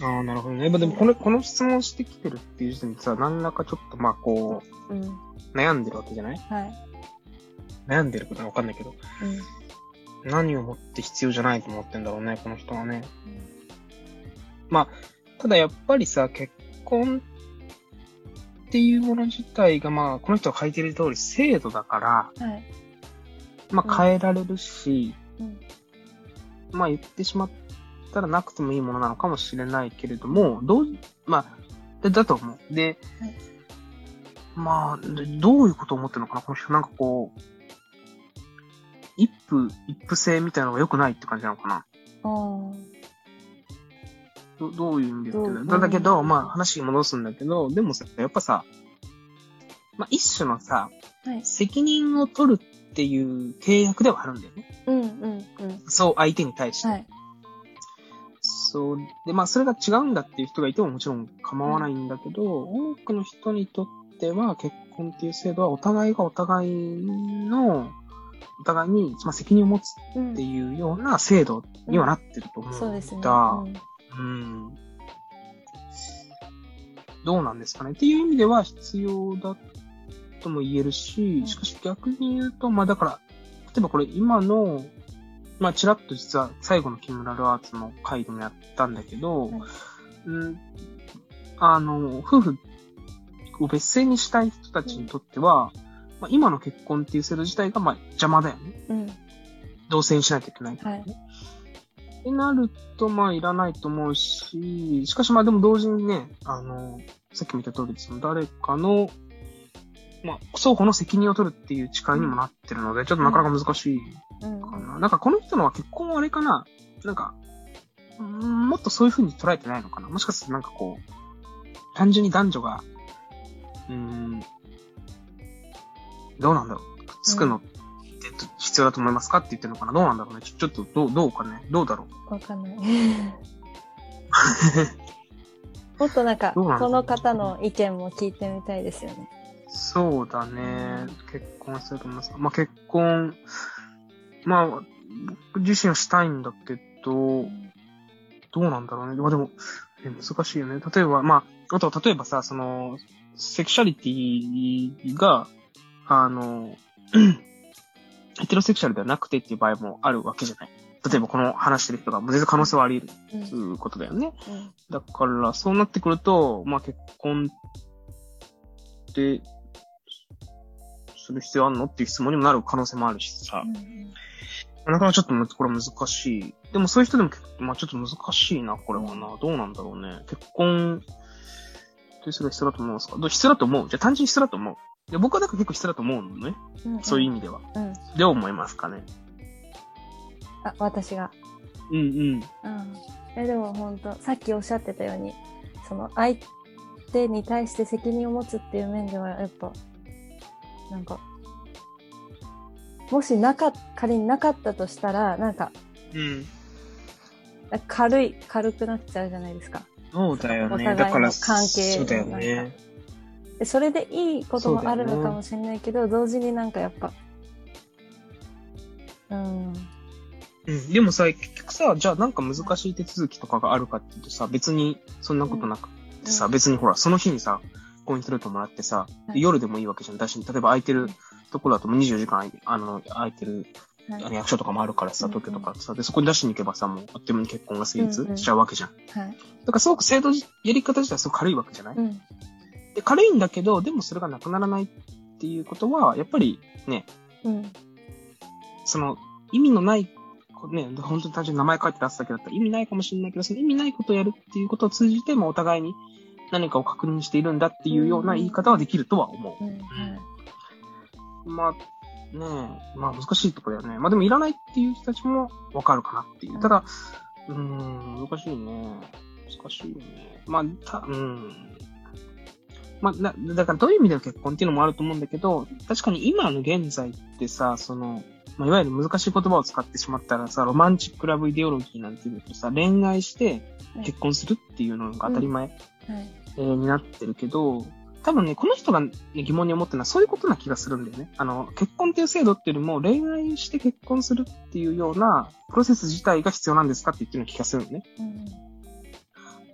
ああ、なるほどね。まあでもこの、この質問してきてるっていう時点でさ、何らかちょっとまあこうん。う、悩んでるわけじゃないはい。悩んでることはわかんないけど、うん。何をもって必要じゃないと思ってんだろうね、この人はね。まあ、ただやっぱりさ、結婚っていうもの自体が、まあ、この人が書いてる通り制度だから、はい。まあ変えられるし、うんまあ言ってしまったらなくてもいいものなのかもしれないけれども、どう、まあ、だだと思う。で、はいまあ、でどういうことを思ってるのかな、この人。なんかこう、一夫、一夫制みたいなのが良くないって感じなのかな。あーどどういう意味で言ってるどだうだけうど、んまあ話に戻すんだけど、でもさ、やっぱさ、まあ一種のさ、はい。責任を取るっていう契約ではあるんだよね。うんうんうん。そう、相手に対して。はい。そう。で、まあそれが違うんだっていう人がいてももちろん構わないんだけど、多くの人にとっては結婚っていう制度はお互いがお互いの、お互いに、まあ、責任を持つうっんて。いうような制度にはなってると思うんだ。そうですね。うんうんどうなんですかねっていう意味では必要だとも言えるしう、んしかし逆に言うと、まあだから、例えばこれ今の、まあちらっと実は最後のキムラルアーツの回でもやったんだけど、はいうん、あの、夫婦を別姓にしたい人たちにとっては、まあ今の結婚っていう制度自体がまあ邪魔だよね。うん。同棲にしなきゃいけないはい。ってなると、まあ、いらないと思うし、しかしまあ、でも同時にね、あの、さっきも言った通り、その誰かの、まあ、双方の責任を取るっていう誓いにもなってるので、ちょっとなかなか難しいうん。かな。なんかこの人のは結婚はあれかななんか、うんもっとそういう風に捉えてないのかなもしかするとなんかこう、単純に男女が、うーん、どうなんだろうくっつくのって必要だと思いますかって言ってるのかなどうなんだろうねちょちょっとどう、どうかねどうだろうわかんない。 <laughs> もっとなんか、どうなんだろそうの方の意見も聞いてみたいですよね。そうだね。結婚すると思いますか。まあ結婚、まあ、僕自身はしたいんだけど、どうなんだろうね。まあでも、え難しいよね。例えば、まあ、あとは例えばさ、その、セクシャリティが、あの、ヘテロセクシャルではなくてっていう場合もあるわけじゃない。例えばこの話してる人が、もう全然可能性はあり得るうんということだよね。うんだから、そうなってくると、まあ結婚って、する必要あるのっていう質問にもなる可能性もあるしさう。んなかなかちょっとむこれ難しい。でもそういう人でも結構、まあちょっと難しいな、これはな。どうなんだろうね。結婚ってする必要だと思いますかどう必要だと思うじゃあ単純に必要だと思う。で僕はだから結構必要だと思うのね。うんそういう意味では。うん。どう思いますかねあ、私が。うんうん。うんえでも本当さっきおっしゃってたようにその相手に対して責任を持つっていう面ではやっぱなんかもしなか仮になかったとしたらなんかうん。なんか軽い軽くなっちゃうじゃないですかそうだよおね。互いのだから、関係そうだよね。でそれでいいこともあそるうだよのねかもしれないけど、同時になんかやっぱうんうん、でもさ、結局さ、じゃあなんか難しい手続きとかがあるかっていうとさ、別にそんなことなくってさ、うん別にほら、その日にさ、婚姻届もらってさ、はい夜でもいいわけじゃん。だし、例えば空いてるところだともう24時間空いあの空いてるはいあの役所とかもあるからさ、うんうん東京とかさ、で、そこに出しに行けばさ、もうあっという間に結婚が成うんう立んしちゃうわけじゃん。はい。だからすごく制度じ、やり方自体はすごく軽いわけじゃない、うん。で、軽いんだけど、でもそれがなくならないっていうことは、やっぱりね、うん。その意味のない、こうね、本当に単純に名前書いて出すだけだったら意味ないかもしれないけど、その意味ないことをやるっていうことを通じて、もうお互いに何かを確認しているんだっていうような言い方はできるとは思うん。はい。う。まあ、ねえ、まあ難しいところだよね。まあでもいらないっていう人たちもわかるかなっていう。ただ、うーん、難しいね。難しいよね。まあ、た、うん。まあ、な、だからどういう意味での結婚っていうのもあると思うんだけど、確かに今の現在ってさ、その、まあ、いわゆる難しい言葉を使ってしまったらさ、ロマンチックラブイデオロギーなんていうのとさ、恋愛して結婚するっていうのが当たり前、はい。えーになってるけど、多分ね、この人がね疑問に思ってるのはそういうことな気がするんだよね。あの、結婚っていう制度っていうよりも、恋愛して結婚するっていうようなプロセス自体が必要なんですかって言ってるような気がするのね。うん。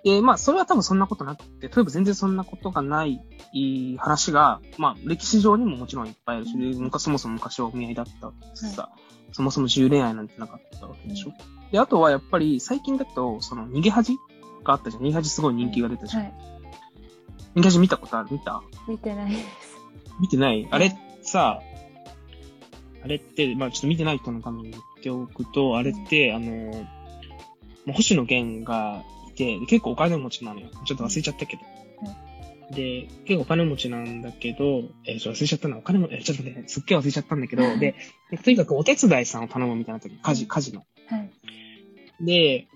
えーまあ、それは多分そんなことなくて、例えば全然そんなことがないいい話が、まあ、歴史上にももちろんいっぱいあるし、うん昔そもそも昔はお見合いだったしさ、そもそも自由恋愛なんてなかったわけでしょ。うんで、あとはやっぱり最近だと、その逃げ恥があったじゃん。逃げ恥すごい人気が出たじゃん。はい。逃げ恥見たことある見た見てないです。見てないあれさ、あれって、まあちょっと見てない人のために言っておくと、あれって、あの、もう星野源がいて、で結構お金持ちなのよ。ちょっと忘れちゃったけど。で、結構お金持ちなんだけど、えーちょっと忘れちゃったな。お金も、えーちょっとね、すっげえ忘れちゃったんだけど、で、でとにかくお手伝いさんを頼むみたいな時、家事、家事の。はい。で、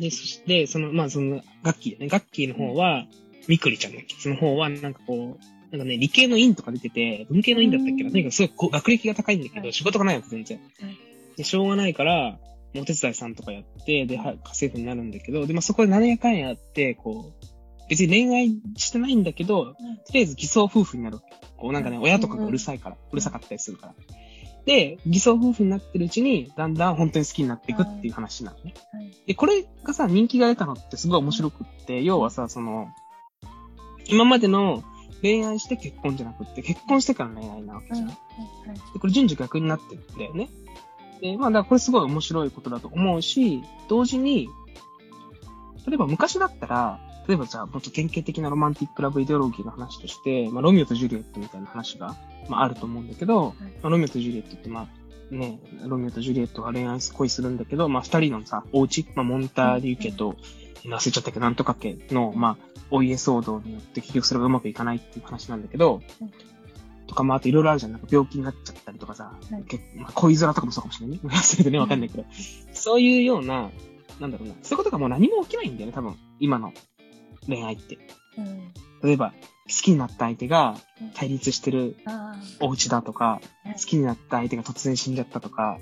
で、そして、その、まあ、その、ガッキーね。ガッキーの方は、みくりちゃんだっけその方は、なんかこう、なんかね、理系の院とか出てて、文系の院だったっけうな。んとにかくすごいこう学歴が高いんだけはど、い仕事がないわけ、全然はい。で、しょうがないから、もうお手伝いさんとかやって、で、は稼ぐになるんだけど、で、まあ、そこで何やかんやあって、こう、別に恋愛してないんだけど、とりあえず偽装夫婦になるわけ。こうなんかね、うん親とかがうるさいから、うるさかったりするから。で、偽装夫婦になってるうちに、だんだん本当に好きになっていくっていう話なのねはい。で、これがさ、人気が出たのってすごい面白くって、要はさ、その、今までの恋愛して結婚じゃなくって、結婚してからの恋愛なわけうじゃん。ん。はで、い。これ順序逆になってるんだよね。で、まあ、だからこれすごい面白いことだと思うし、同時に、例えば昔だったら、例えばじゃあ、もっと典型的なロマンティックラブイデオロギーの話として、まあ、ロミオとジュリエットみたいな話が、まあ、あると思うんだけど、まあ、ロミオとジュリエットって、まあ、ね、ロミオとジュリエットが恋愛す恋するんだけど、まあ、二人のさ、お家、まあ、モンターリュ家と、今忘れちゃったけど、なんとか家の、まあ、お家騒動によって結局それがうまくいかないっていう話なんだけどうん、とか、まあ、あといろいろあるじゃん。なんか病気になっちゃったりとかさ、はい結まあ、恋空とかもそうかもしれないね。 <laughs> 忘れてね、わかんないけど。そういうような、なんだろうな、そういうことがもう何も起きないんだよね、多分、今の恋愛って。うん。例えば、好きになった相手がうん対立してるあお家だとか、あ。好きになった相手が突然死んじゃったとか、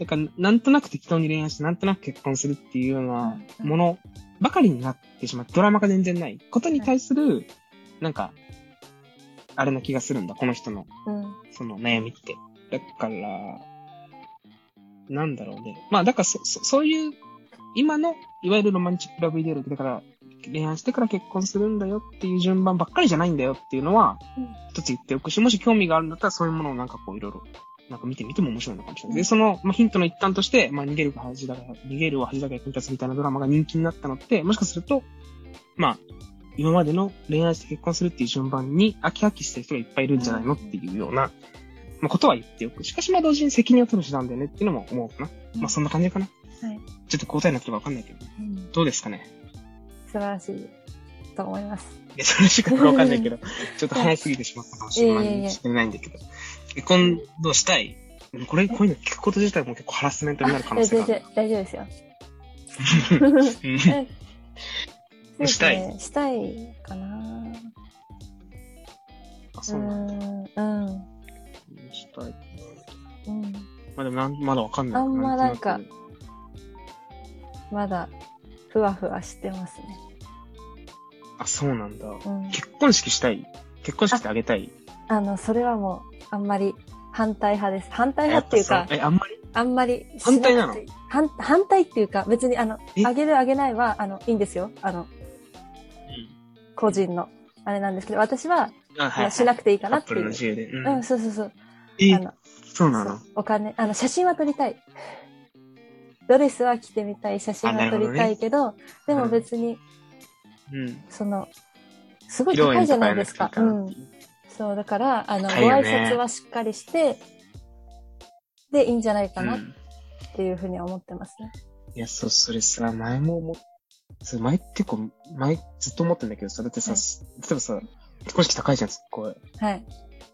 だから、なんとなく適当に恋愛して、なんとなく結婚するっていうようなうんものばかりになってしまって、ドラマが全然ないことに対する、なんか、あれな気がするんだ、この人のうん。その悩みって。だから、なんだろうね。まあ、だからそ、そ、そういう、今の、いわゆるロマンチックラブイデオロギーだから、恋愛してから結婚するんだよっていう順番ばっかりじゃないんだよっていうのはうん、一つ言っておくし、もし興味があるんだったらそういうものをなんかこういろいろ、なんか見てみても面白いのかもしれない。うで、んその、まあ、ヒントの一環として、まあ、逃げるは恥だが、逃げるは恥だが役に立つみたいなドラマが人気になったのって、もしかすると、まあ、今までの恋愛して結婚するっていう順番に飽き飽きしてる人がいっぱいいるんじゃないのっていうような、まあ、ことは言っておく。しかし、まあ、同時に責任を取る手段だよねっていうのも思うかな。うんまあ、そんな感じかな。はい。ちょっと答えになってるかわかんないけど、うんどうですかね。素晴らしいと思います。いや、それしかわかんない <laughs> けど、ちょっと早すぎてしまったかもしれないいえいえいえしれないんだけど。結婚どうしたいこれ、こういうの聞くこと自体も結構ハラスメントになる可能性がああいやる。全然大丈夫ですよ。うんそうですしたね。したいかな。 <laughs> あそうなんだ。うーんうんしたい。うん。まあでもなん、まだわかんない。あんまなんかとくまだふわふわしてますね。あ、そうなんだ。うん。結婚式したい結婚式ってあげたいあのそれはもうあんまり反対派です。反対派っていうかえ、あんまりあんまり反対なのしくて反反対っていうか、別に、あの、えあげるあげないは、あの、いいんですよ。あの、個人の、あれなんですけど、私は、あ、はい。しなくくていいてかなっていのう。自由で。ううん、ん。そうそうそう。あえ、のそうなのそうお金、あの、写真は撮りたい。ドレスは着てみたい、写真あなはる撮ほどりねたいけど、でうもん別に、うん。その、すごい披露高い宴じゃとかなやいらなでくすていかい。うかなってんい。そう、だから、あの、ご高いよ挨ね拶はしっかりして、で、いいんじゃないかうなっん。ていうふうには思ってますね。いや、そう、それさ、前も思っそれ前ってこう、前ずっと思ってんだけどさ、だってさ、はい例えばさ、結婚式高いじゃん、すっごい。はい。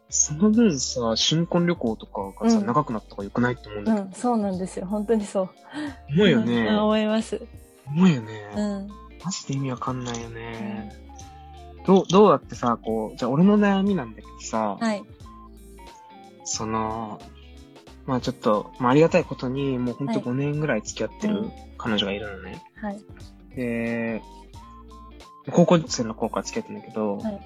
その分さ、新婚旅行とかがさ、うん長くなった方が良くないって思うんうだけど、ん、そうなんですよ。本当にそう。思うよね。うん思います。思うよね。うん。マジで意味わかんないよね。どう、どうやってさ、こう、じゃあ俺の悩みなんだけどさ、はい。その、まあちょっと、まあありがたいことに、もうほんとはい5年ぐらい付き合ってうるん彼女がいるのね。はい。で、高校生の子から付き合ってんだけど、はい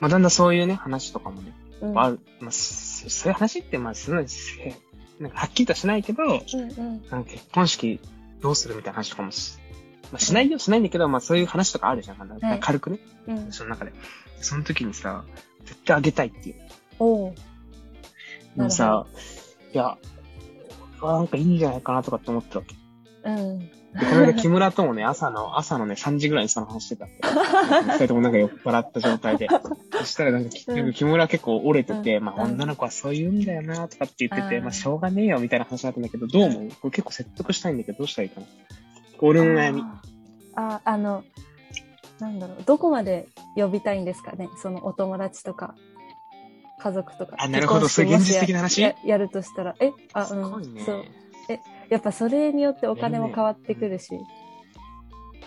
まあだんだんそういうね、話とかもね、うん。ある、まあ、そそういう話って、まあ、すごい、せなんかはっきりとはしないけど、うんうん。なんか結婚式どうするみたいな話とかもし、まあ、しないよ、しないんだけど、まあそういう話とかあるじゃん。まはあい軽くね、うん。その中で。その時にさ、絶対あげたいっていう。おう。でもさ、いや、俺はなんかいいんじゃないかなとかって思ってたわけ。うん。で、この間木村ともね、朝の、朝のね、3時ぐらいにその話してたわけ。二人ともなんか酔っ払った状態 <laughs> で。そしたらなんかき、うんなんか木村結構折れてて、うんまあうん女の子はそう言うんだよなとかって言ってて、あーまあしょうがねえよみたいな話だったんだけど、どう思うこれ結構説得したいんだけど、どうしたらいいかな。俺の悩み。あーあ、あの、なんだろう、どこまで呼びたいんですかね、そのお友達とか、家族とか。あなるほど結婚そ式ういう現実もし的な話やややるとしたら、え、あ、すうごいん、ね。そう。やっぱそれによってお金も変わってくるし。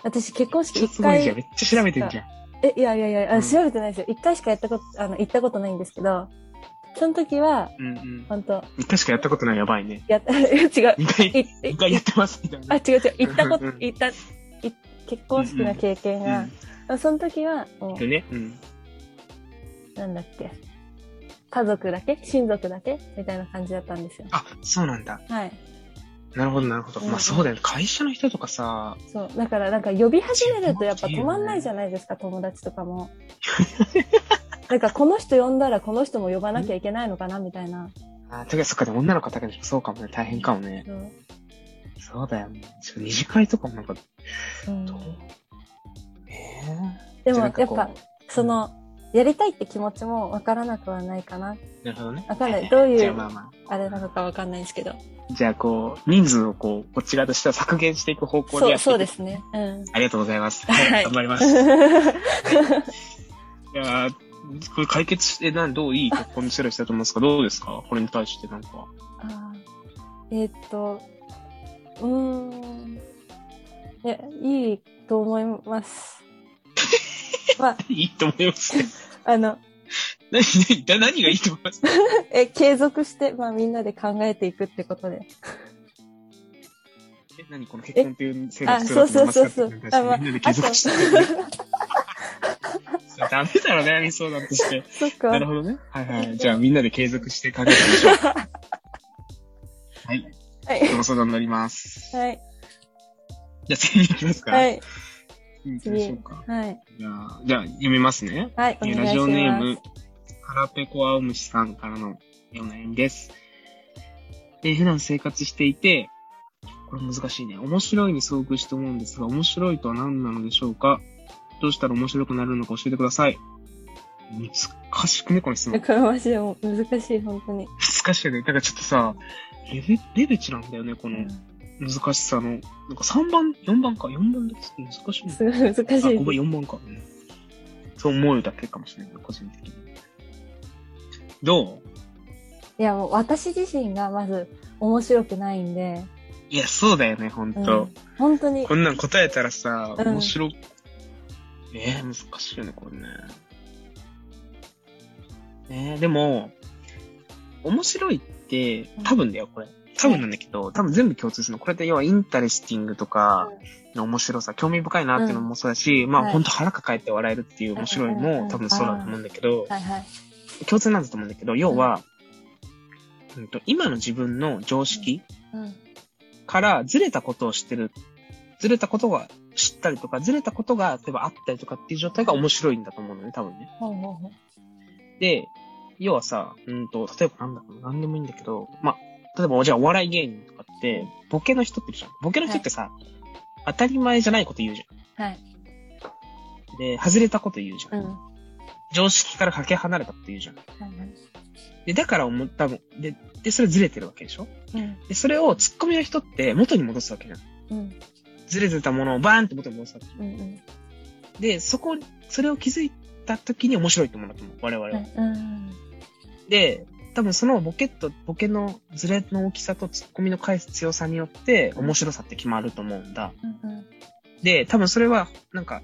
私結婚式一すごい回じゃん。めっちゃ調べてんじゃん。え、いやいやいや、うあん調べてないですよ。一回しかやったこと、あの、行ったことないんですけど、その時は、うんうん。本当一回しかやったことないやばいね。やった、 <laughs> 違う。二回、いい二回やってますみたいあ、な。違う違う。行ったことうんうん、行った、い結婚式の経験が、その時は、もうん。でね。うん。う、なんだっけ。家族だけ親族だけみたいな感じだったんですよ。あ、そうなんだ。はい。なるほど、なるほど。うんまあそうだよね。会社の人とかさ、そう。だから、なんか呼び始めるとやっぱ止まんないじゃないですか、友達とかも。 <laughs> なんか、この人呼んだらこの人も呼ばなきゃいけないのかな、みたいな。あ、てかそっか、でも女の子だけでもそうかもね。大変かもね。うんそうだよね。ちょっと二次会とかもなんか、うんどうええでじゃも、やあっなんかこうぱ、その、やりたいって気持ちもわからなくはないかな。なるほどね。わかんないどういうじゃあまあまあれなのかわかんないですけど。あ。じゃあこう、人数をこう、こっち側としては削減していく方向でやっそう、ていくそうですね。 <laughs> うん。ありがとうございます。ははいい、頑張ります。いやーこれ解決して、なん、どういい結婚してる人だと思うんですかどうですかこれに対してなんか。あーえーっと、うーん。いや、いいと思います。まあ、いいと思います。 <laughs> あの、 <laughs> 何、何、だ何がいいと思いますえ、継続して、まあみんなで考えていくってことで。え何この結婚っていう制度あ、必そ要うだと思そいうますかそうそうって。あ、まあみんなで、継あと、続しそて。 <laughs> ダメだろ、悩み相談として。っなかる。ほどね。はいはい。じゃあみんなで継続して考えてみましょう。はい。はい。ご相談になります。はい。じゃあ次に行きますか。。はいい。行きましょうか。はい。じゃあ、じゃあ読みますね。はい。お願いします。ラジオネーム、腹ペコ青虫さんからのお悩みです。えー普段生活していて、これ難しいね。面白いに遭遇して思うんですが、面白いとは何なのでしょうかどうしたら面白くなるのか教えてください。難しくねこの質問。これマジでもう難しい、本当に。難しいよね。だからちょっとさ、レベ、レベチなんだよね、この難しさの。なんか3番、4番か、4番だけ難しいね。すごい難しいですあ、ごめん、4万か。うんそう思うだけかもしれない、個人的に。どういや、もう私自身がまず面白くないんで、いや、そうだよね、ほんうとん。、本当にこ、んなん答えたらさ、うん面白、えー、難しいよね、これね。えー、でも、面白いって、多分だよ、これ。多分なんだけど、多分全部共通するの。これって要はインタレスティングとかの面白さ、興味深いなっていうのもそうだし、まはあい本当腹抱えて笑えるっていう面白いうんうんうんも多分そうだと思うんだけど、はいはい。共通なんだと思うんだけど、要は、うんと、今の自分の常識うん。からずれたことを知ってる。ずれたことが知ったりとか、ずれたことが、例えばあったりとかっていう状態が面白いんだと思うのね、多分ね。ほうほうほう。で、要はさ、うんと、例えばなんだろう、なんでもいいんだけど、まあ、例えばじゃあお笑い芸人とかって、ボケの人っているじゃん。ボケの人ってさ、当たり前じゃないこと言うじはい。ゃん。で、外れたこと言うじゃ。うんん。は常識からかけ離れたこと言うじゃん。いはい。で、だから思ったもん。で、で、それずれてるわけでしょうん。で、それを突っ込みの人って元に戻すわけじゃん。うん。ずれてたものをバーンって元に戻すわけ。うん。うん。で、そこ、それを気づいた時に面白いと思うんだと思う。我々は。はいうん。で、多分そのボケと、ボケのズレの大きさとツッコミの返す強さによって面白さって決まると思うんだ。うんうん。で、多分それは、なんか、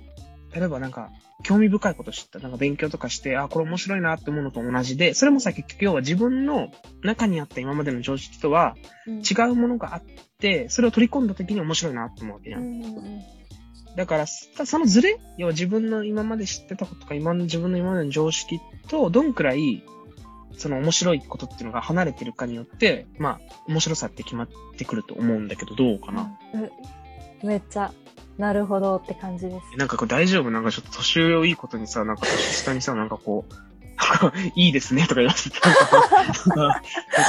例えばなんか、興味深いこと知った、なんか勉強とかして、あ、これ面白いなって思うのと同じで、それもさ、結局要は自分の中にあった今までの常識とはうん。違うものがあって、それを取り込んだ時に面白いなって思うわけじゃ。うんんうんうん。だから、さそのズレ要は自分の今まで知ってたこととか、今の自分の今までの常識と、どんくらい、その面白いことっていうのが離れてるかによって、まあ、面白さって決まってくると思うんだけど、どうかな。うんめっちゃ、なるほどって感じです。なんかこれ大丈夫なんかちょっと年上をいいことにさ、なんか年下にさ、なんかこう、 <laughs> なんかいいですねとか言わせて、なんか、なんか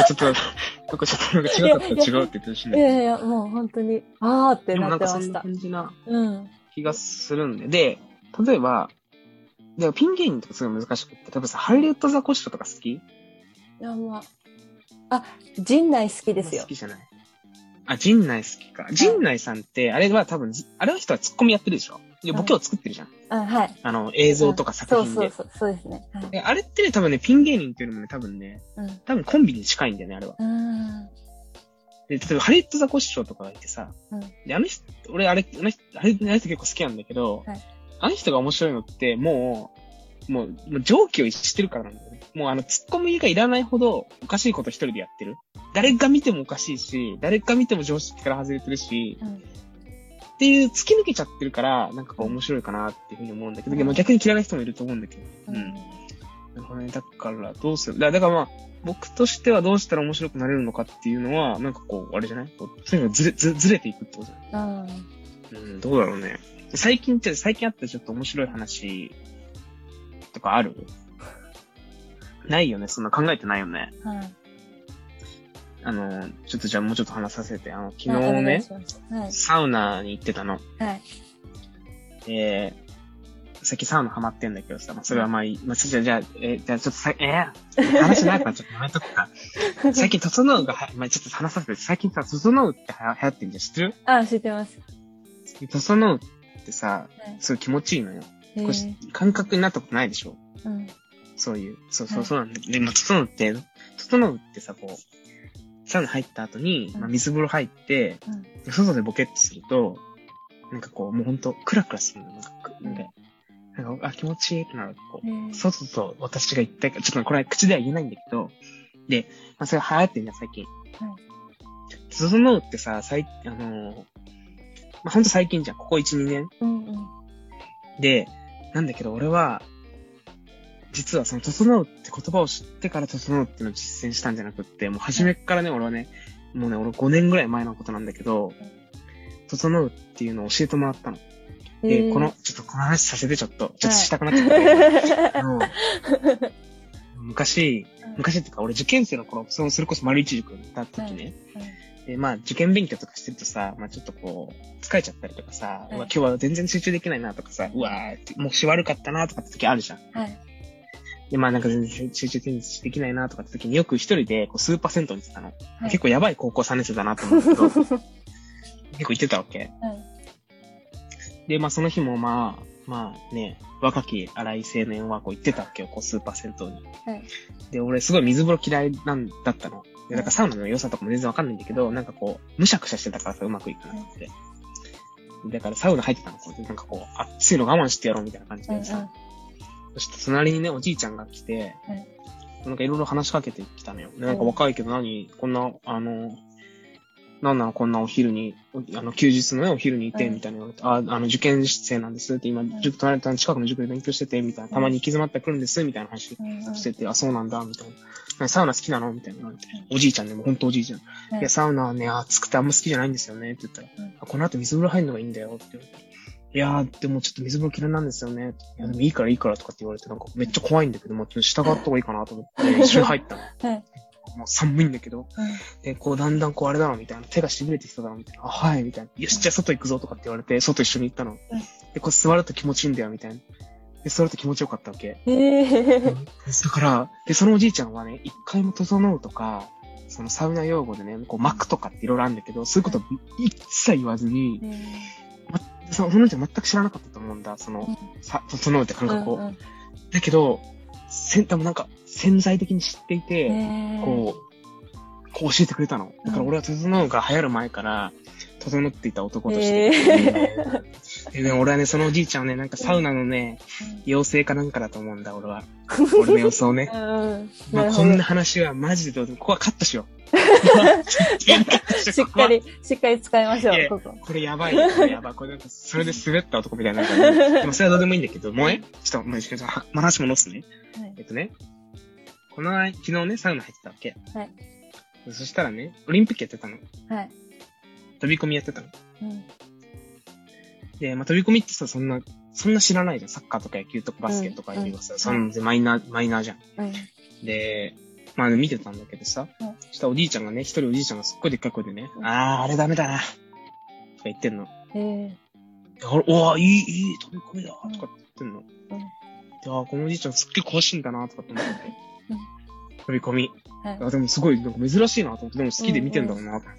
ちょっと、なんかちょっと、なんか違かったら違うって言ってほしいんいだけどやいや、もう本当に、あーってでもななっんてかまそしんなた。感じなうん。気がするんで。で、例えば、でもピン芸人とかすごい難しくって、例えばさ、ハリウッドザコシショウとか好きいや、まあ。あ、陣内好きですよ好。きじゃない。あ、陣内好きか。陣内さんって、あれは多分、あれの人はツッコミやってるでしょで、ボケを作ってるじゃん。あ、はい。あの、映像とか作品で。そうそうそう、そうですね。はい。であれってね、多分ね、ピン芸人っていうのもね、多分ね、うん。多分コンビに近いんだよね、あれは。うん。で、例えばハリウッドザコシショウとかがいてさ、うんで、あの人、俺、あれ、あの人、あれあの人結構好きなんだけど、はいあの人が面白いのって、もう、もう、もう上気を逸してるからなんだよね。もうあの、ツッコミがいらないほど、おかしいこと一人でやってる。誰が見てもおかしいし、誰が見ても常識から外れてるし、うんっていう突き抜けちゃってるから、なんかこう面白いかなっていうふうに思うんだけど、でも逆に嫌いな人もいると思うんだけど。うん。なるほどね。だから、どうするだだからまあ、僕としてはどうしたら面白くなれるのかっていうのは、なんかこう、あれじゃないこうそういうのずれ、ずずれていくってことじゃないうん。うん、どうだろうね。最近って、最近あったちょっと面白い話とかあるないよね。そんな考えてないよね。はい。あの、ちょっとじゃあもうちょっと話させて。あの、昨日はいお願いねし、ますはい。サウナに行ってたの。はい。えー、最近サウナハマってんだけどさ、まあ、それはまあいい。まあ、じゃあ、じゃあ、えーじゃあちょっとさ、えー、話長くなっちゃった。やめとくか。 <laughs> 最近、整うがは、まあ、ちょっと話させて、最近さ、整うってはや流行ってんじゃん。知ってるあ、知ってます。整うってさはい、すごい気持ちいいのよ。えこーう感覚になったことないでしょうん。そういう。そうそはう、いそうなんだ。で、まあ、整うって、整うってさ、こう、サウナ入った後に、うんまあ、水風呂入って、うんで外でボケっとすると、なんかこう、もうほんと、クラクラするの。なんか、くなんか、なんかあ、気持ちいいってなる。こうえー外と私が一体化、ちょっとこれ口では言えないんだけど、で、まあ、それ流行ってんじゃん、最近。。はい整うってさ、最、あのーまあ、ほんと最近じゃん、ここ1、2年。うんうん。で、なんだけど俺は、実はその、整うって言葉を知ってから整うっていうのを実践したんじゃなくって、もう初めっからね、俺はね、もうね、俺5年ぐらい前のことなんだけど、整うっていうのを教えてもらったの。えで、ーこの、。ちょっとこの話させてちょっと、ちょっとしたくなっちゃった。はあ <laughs> <laughs> の昔、昔っていうか、俺受験生の頃、そのそれこそ丸一塾だった時ね、で、まあ受験勉強とかしてるとさ、まあちょっとこう、疲れちゃったりとかさ、はいうわ、今日は全然集中できないなとかさ、うわーって、もし悪かったなとかって時あるじゃん。はい。で、まあなんか全然集中できないなとかって時によく一人でこうスーパー銭湯に行ってたの。はい結構やばい高校3年生だなと思うけど、結構行ってたわけ。はい。で、まあその日もまあ、まあね、若き荒い青年はこう行ってたわけよ、こうスーパー銭湯に。はいで、俺すごい水風呂嫌いなんだったの。で、なんかサウナの良さとかも全然わかんないんだけど、なんかこう、むしゃくしゃしてたからさ、うまくいかなくて。だからサウナ入ってたの、こうなんかこう、暑いの我慢してやろうみたいな感じうんうでんさ。そして隣にね、おじいちゃんが来て、はいなんかいろいろ話しかけてきたのよ。でなんか若いけど何、こんな、あの、なんなのこんなお昼に、あの、休日のね、お昼にいて、うんみたいな言われて、あ、あの、受験生なんですって、今、ん塾隣の近くの塾で勉強してて、みたいな、たまに行き詰まったら来るんです、みたいな話うんうんしてて、あ、そうなんだ、みたいな。ねサウナ好きなのみたいな。おじいちゃんでも、ほんとおじいちゃん。うんいや、サウナはね、暑くてあんま好きじゃないんですよね。って言ったら、うんあこの後水風呂入るのがいいんだよ。って言われて。いやー、でもちょっと水風呂嫌いなんですよね。いや、でもいいからいいからとかって言われて、なんかめっちゃ怖いんだけど、まあ、ちょっと従った方がいいかなと思 <laughs> って、一緒に入ったの。はい。もう寒いんだけど、うんで、こう、だんだんこう、あれだろ、みたいな。手が痺れてきただろ、みたいな。あ、はい、みたいな。よし、じゃあ外行くぞ、とかって言われて、外一緒に行ったの。で、こう、座ると気持ちいいんだよ、みたいな。で、座ると気持ちよかったわけ。ええ <laughs> だから、で、そのおじいちゃんはね、一回も整うとか、そのサウナ用語でね、こう、膜とかっていろいろあるんだけど、そういうこと一切言わずに、そそのおじいちゃん全く知らなかったと思うんだ、その、さ整うって感覚を。うんうんだけど、せん、多分なんか、潜在的に知っていて、ええこう、こう教えてくれたの。だから俺は整うが流行る前から、整っていた男として。 <laughs> でね、俺はね、そのおじいちゃんをね、なんかサウナのね、妖精かなんかだと思うんだ、俺は。俺の予想ね。うんうんまあ、なるこほんどな話はマジでどうでも、ここはカットしよう。 <laughs> しっか。り、しっかり使いましょいえう、ここ。これやばいよ、これやばい。これなんか、それで滑った男みたいになるから、 <laughs> ね。でもそれはどうでもいいんだけど、もうね、ちょっと、もうちょっとは話戻すね。はいえっとね、この間、昨日ね、サウナ入ってたわけ。はいそしたらね、オリンピックやってたの。はい。飛び込みやってたの。うんで、まあ、飛び込みってさ、そんな、そんな知らないじゃん。サッカーとか野球とかバスケとかいうのはさ、うんそんなマイナー、マイナーじゃん。うんで、まあ見てたんだけどさ、うんそしたらおじいちゃんがね、一人おじいちゃんがすっごいでっかい声でね、うんあー、あれダメだな、とか言ってんの。ええであれ、おー、いい、いい、飛び込みだ、とかって言ってんの。うんで、あー、このおじいちゃんすっげえ詳しいんだな、とかって思って。うん飛び込み。はいあでもすごい、なんか珍しいなと思って、でも好きで見てんだろうなと思っ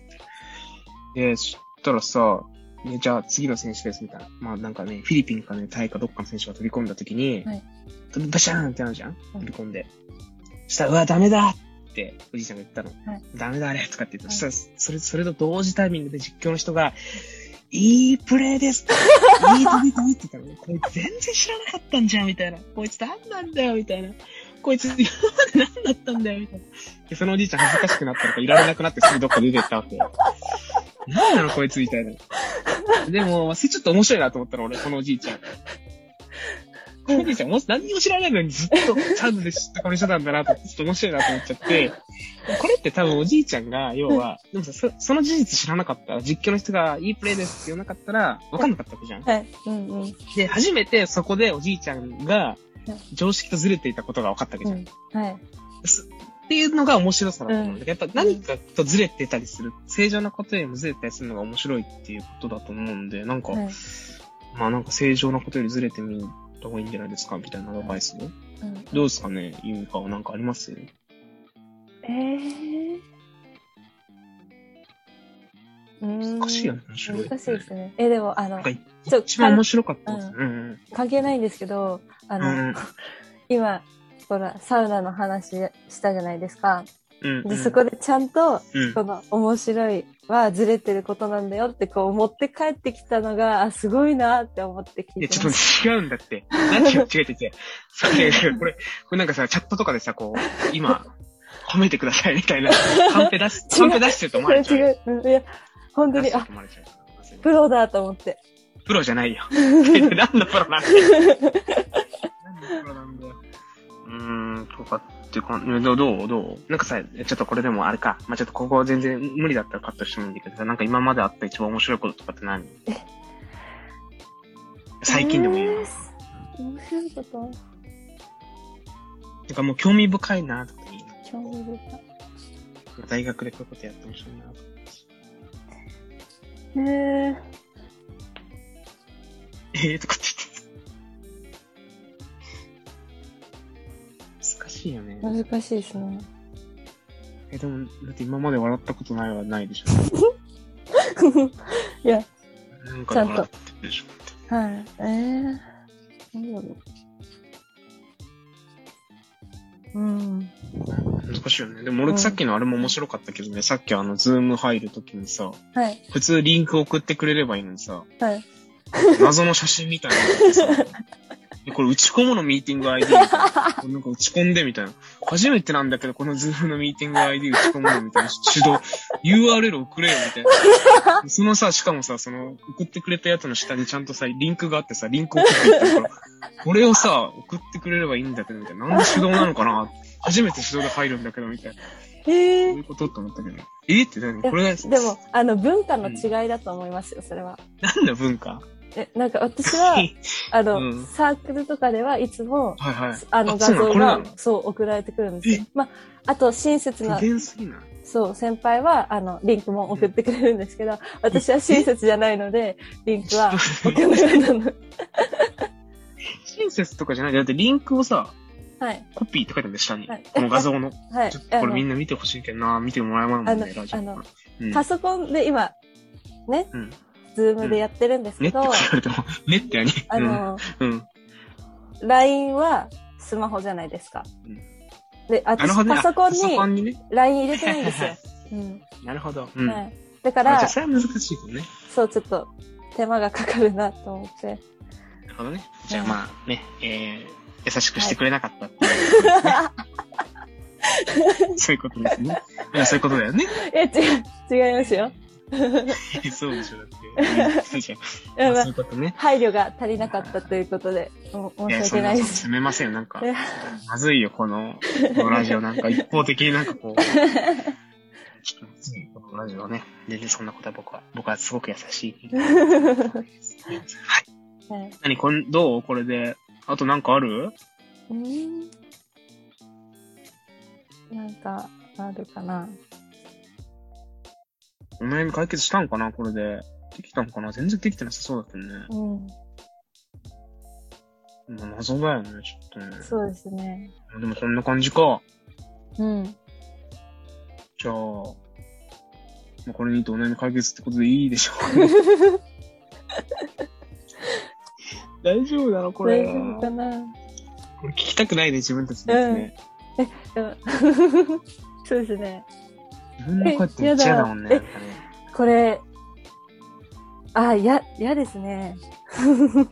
て。で、そしたらさ、ね、じゃあ次の選手ですみたいな。まあなんかね、フィリピンかね、タイかどっかの選手が飛び込んだ時に、はい飛びバシャーンってなるじゃんうん飛び込んで。そしたら、うわ、ダメだっておじいちゃんが言ったの。はいダメだあれとかって言っはた。そいしたら、それ、それと同時タイミングで実況の人が、いいプレーです。 <laughs> いい飛び込みって言ったの。こいつ全然知らなかったんじゃんみたいな。こいつ何なんだよみたいな。こいつ今まで何だったんだよみたいな。で、そのおじいちゃん恥ずかしくなったのか、いられなくなってすぐどっか出てったわけ。何なのこいつみたいな。でも、それちょっと面白いなと思ったの、俺、このおじいちゃん。このおじいちゃん、もう何にも知らないのにずっとサウナで知った顔してたんだなと思って、ちょっと面白いなと思っちゃって、これって多分おじいちゃんが、要は、でもさ、そその事実知らなかったら、実況の人がいいプレーですって言わなかったら、わかんなかったわけじゃん。はい。うんうん。で、初めてそこでおじいちゃんが常識とずれていたことが分かったわけじうゃん。ん。はい。っていうのが面白さだと思うんだけど、やっぱん何かとずれてたりする、正常なことよりもずれてたりするのが面白いっていうことだと思うんで、なんか、はい。まあなんか正常なことよりずれてみた方がいいんじゃないですかみたいなアドバイスを。うんどうですかねゆみかはなんかありますええうーん難しいよね、面白い、難しいですね。え、でも、あなのんか、、ちょ一番面白かったですね。うん。関係ないんですけど、あうん。うんの、今、ほら、サウナの話したじゃないですか。うん。うんで、そこでちゃんと、うんこの面白いはずれてることなんだよってこう持って帰ってきたのが、あ、すごいなって思ってい聞いや、ちてょまっす。と違うんだって。何違う違う違う違う。さいやいやこれ、これなんかさ、チャットとかでさ、こう、今、褒めてくださいみたいな、カンペ出 <laughs> し、カンペ出してると思そわれれちゃう違よ。う。うんいや、本当出してに、るあと、思われちゃうからすいませんプロだと思って。プロじゃ <laughs> ないよ。何のプロなんだよ。何のプロなんだよ。うーん、とかっていうか、どうどうどうなんかさ、ちょっとこれでもあれか。まあ、ちょっとここ全然無理だったらカットしてもいいんだけどさ、なんか今まであった一番面白いこととかって何最近でもいいよ。えー面白いことなんかもう興味深いなとかいいな。興味深い。大学でこういうことやってほしいなとか。えー、ええとかって言ってた。難しいよね。難しいですね。 <laughs> え、でも、だって今まで笑ったことないはないでしいや、ょ。なんかで笑ってるでしょ。はい。えー、なんだろう。うん。難しいよね。でも俺さっきのあれも面白かったけどね、さっきあの、ズーム入るときにさ、はい、普通リンク送ってくれればいいのにさ、はい。謎の写真みたいなのがさ。えこれ打ち込むのミーティング ID みたいな。これなんか打ち込んでみたいな。初めてなんだけど、このズームのミーティング ID 打ち込むのみたいな。手動、URL 送れよみたいな。そのさ、しかもさ、その、送ってくれたやつの下にちゃんとさ、リンクがあってさ、リンク送ってくれたから、これをさ、送ってくれればいいんだけど、みたいな。なんで手動なのかな初めて指導で入るんだけど、みたいな。えどういうことと思ったけど。えって何これでも、あの、文化の違いだと思いますよ、それは。何の文化え、なんか私は、あの、うんサークルとかではいつも、 <laughs> はいはい。あのあそうなの画像これながのそう送られてくるんですよえ。まあ、あと親切不な、便すぎないそう、先輩はあのリンクも送ってくれるんですけど、私は親切じゃないので、リンクは送らなかったの。親切とかじゃない。だってリンクをさ、はい、コピーって書いてあるんだよ、下に。はいこの画 <laughs> 像の。はいちょっ。とあこれみんの、な見てほしいけどな、見てもらえないもんあね、のラジオ。あうのん。パソコンで今、ね、うんズームでやってるんですねけって言ど、われても、ねって何あの、うん。うん。 LINE はスマホじゃないですか。うんで、な私、るほどね。パソコンあパソコにンにね。 LINE 入れてないんです <laughs> よ。うんなるほど。うん。はあい、だかじゃらあ、それは難しいけどね。そう、ちょっと手間がかかるなと思って。 <laughs> なるほどね。じゃうあんまあね、えー、優しくしてくれなかったっていう、そういうことですね。いやそういうことだよね。 <laughs> え、違う、違いますよ。そうでしょ、だってうん。そうじゃんやまあばそうい <laughs> いうことね。配慮が足りなかったということで、も申いや、しそ訳んなないこでとす。責めませんよ、なんか <laughs> い。やまずいよ、この、このラジオなんか、一方的になんか <laughs> こう。ちょっとまずいよこのラジオはね、全然そんなことは僕は、僕はすごく優しい。はい。 <laughs> はい何、こんどうこれで。あとなんかあるうーんなんか、あるかな。お悩み解決したんかなこれで。できたんかな全然できてなさそうだったね。うん、まあ謎だよね、ちょっとね。そうですね。でもそんな感じか。うん。じゃあ、まあ、これにてお悩み解決ってことでいいでしょうかね <laughs> 大丈夫だろ、こ大れ。丈夫かな。これ聞きたくないね、自分たちのやつね。でも <laughs> そうですね。自分の声ってめっちゃ嫌だもんね。えなんかねこれ、あ、や、嫌ですね。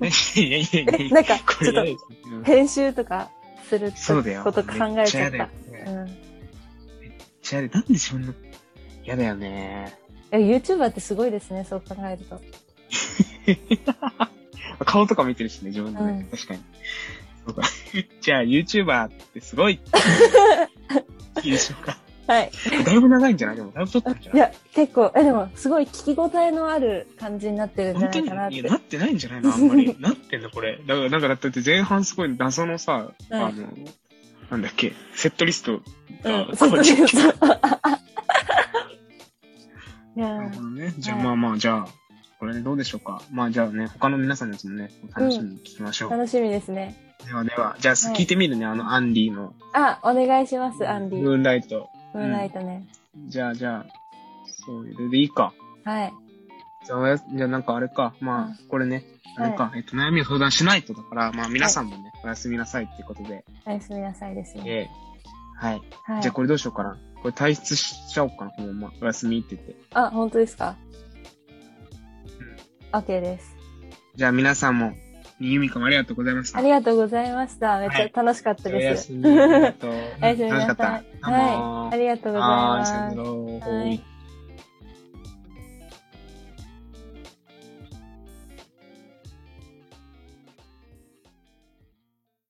いやいやいやいえ、や。なんか、 <laughs> こちれょっ嫌でとすねうん編集とかするそうだよ。こと考えちゃめっちゃ嫌っだよた。。めうっん。ちゃ嫌だ。なんで自分の、嫌だよね。え YouTuber ってすごいですね、そう考えると。顔とか見てるしね、自分のね。確かに。そうか。 <laughs> じゃあ、YouTuber ってす <laughs> ごい。いいでしょうか。はい。だいぶ長いんじゃないでも、だいぶ撮ってるんじゃいないや、結構、え、でも、すごい聞き応えのある感じになってるんじ本ゃな当いにかなっいてや、。なってないんじゃないのあんま <laughs> り。なってんのこれ。だから、なんかだって前半すごい謎のさ、あの、なんだっけ、セットリストが、うん、そうこそううそうそう。 <laughs> いや <laughs> なるーほどね。じゃあはいまあまあ、じゃあ、これでどうでしょうか。まあじゃあね、他の皆さんのやつもね、楽しみに聞きましょう。楽しみですね。ではでは、じゃあはい聞いてみるね、あの、アンディの。あ、お願いします、アンディ。ムムーンライト。ーンライトね。じゃあじゃあ、そういうのでいいか。はい。じゃあおやす、じゃあなんかあれか。まはあ、これね、あれか、えっと、悩みを相談しないとだから、まあ皆さんもね、おやすみなさいってことで。おやすみなさいですね。ええはい。はいじゃあ。これどうしようかな。これ退出しちゃおうかな、このまま。おやすみって言って。あ、本当ですか ?OK です。じゃあ皆さんも、ゆみかもありがとうございました。ありがとうございました。めっちゃ楽しかったおやですす。 <laughs> み。ありがとうおやす楽しかみなったさ。い。どうもはい。ありがとうございはまーいすさ。よならはい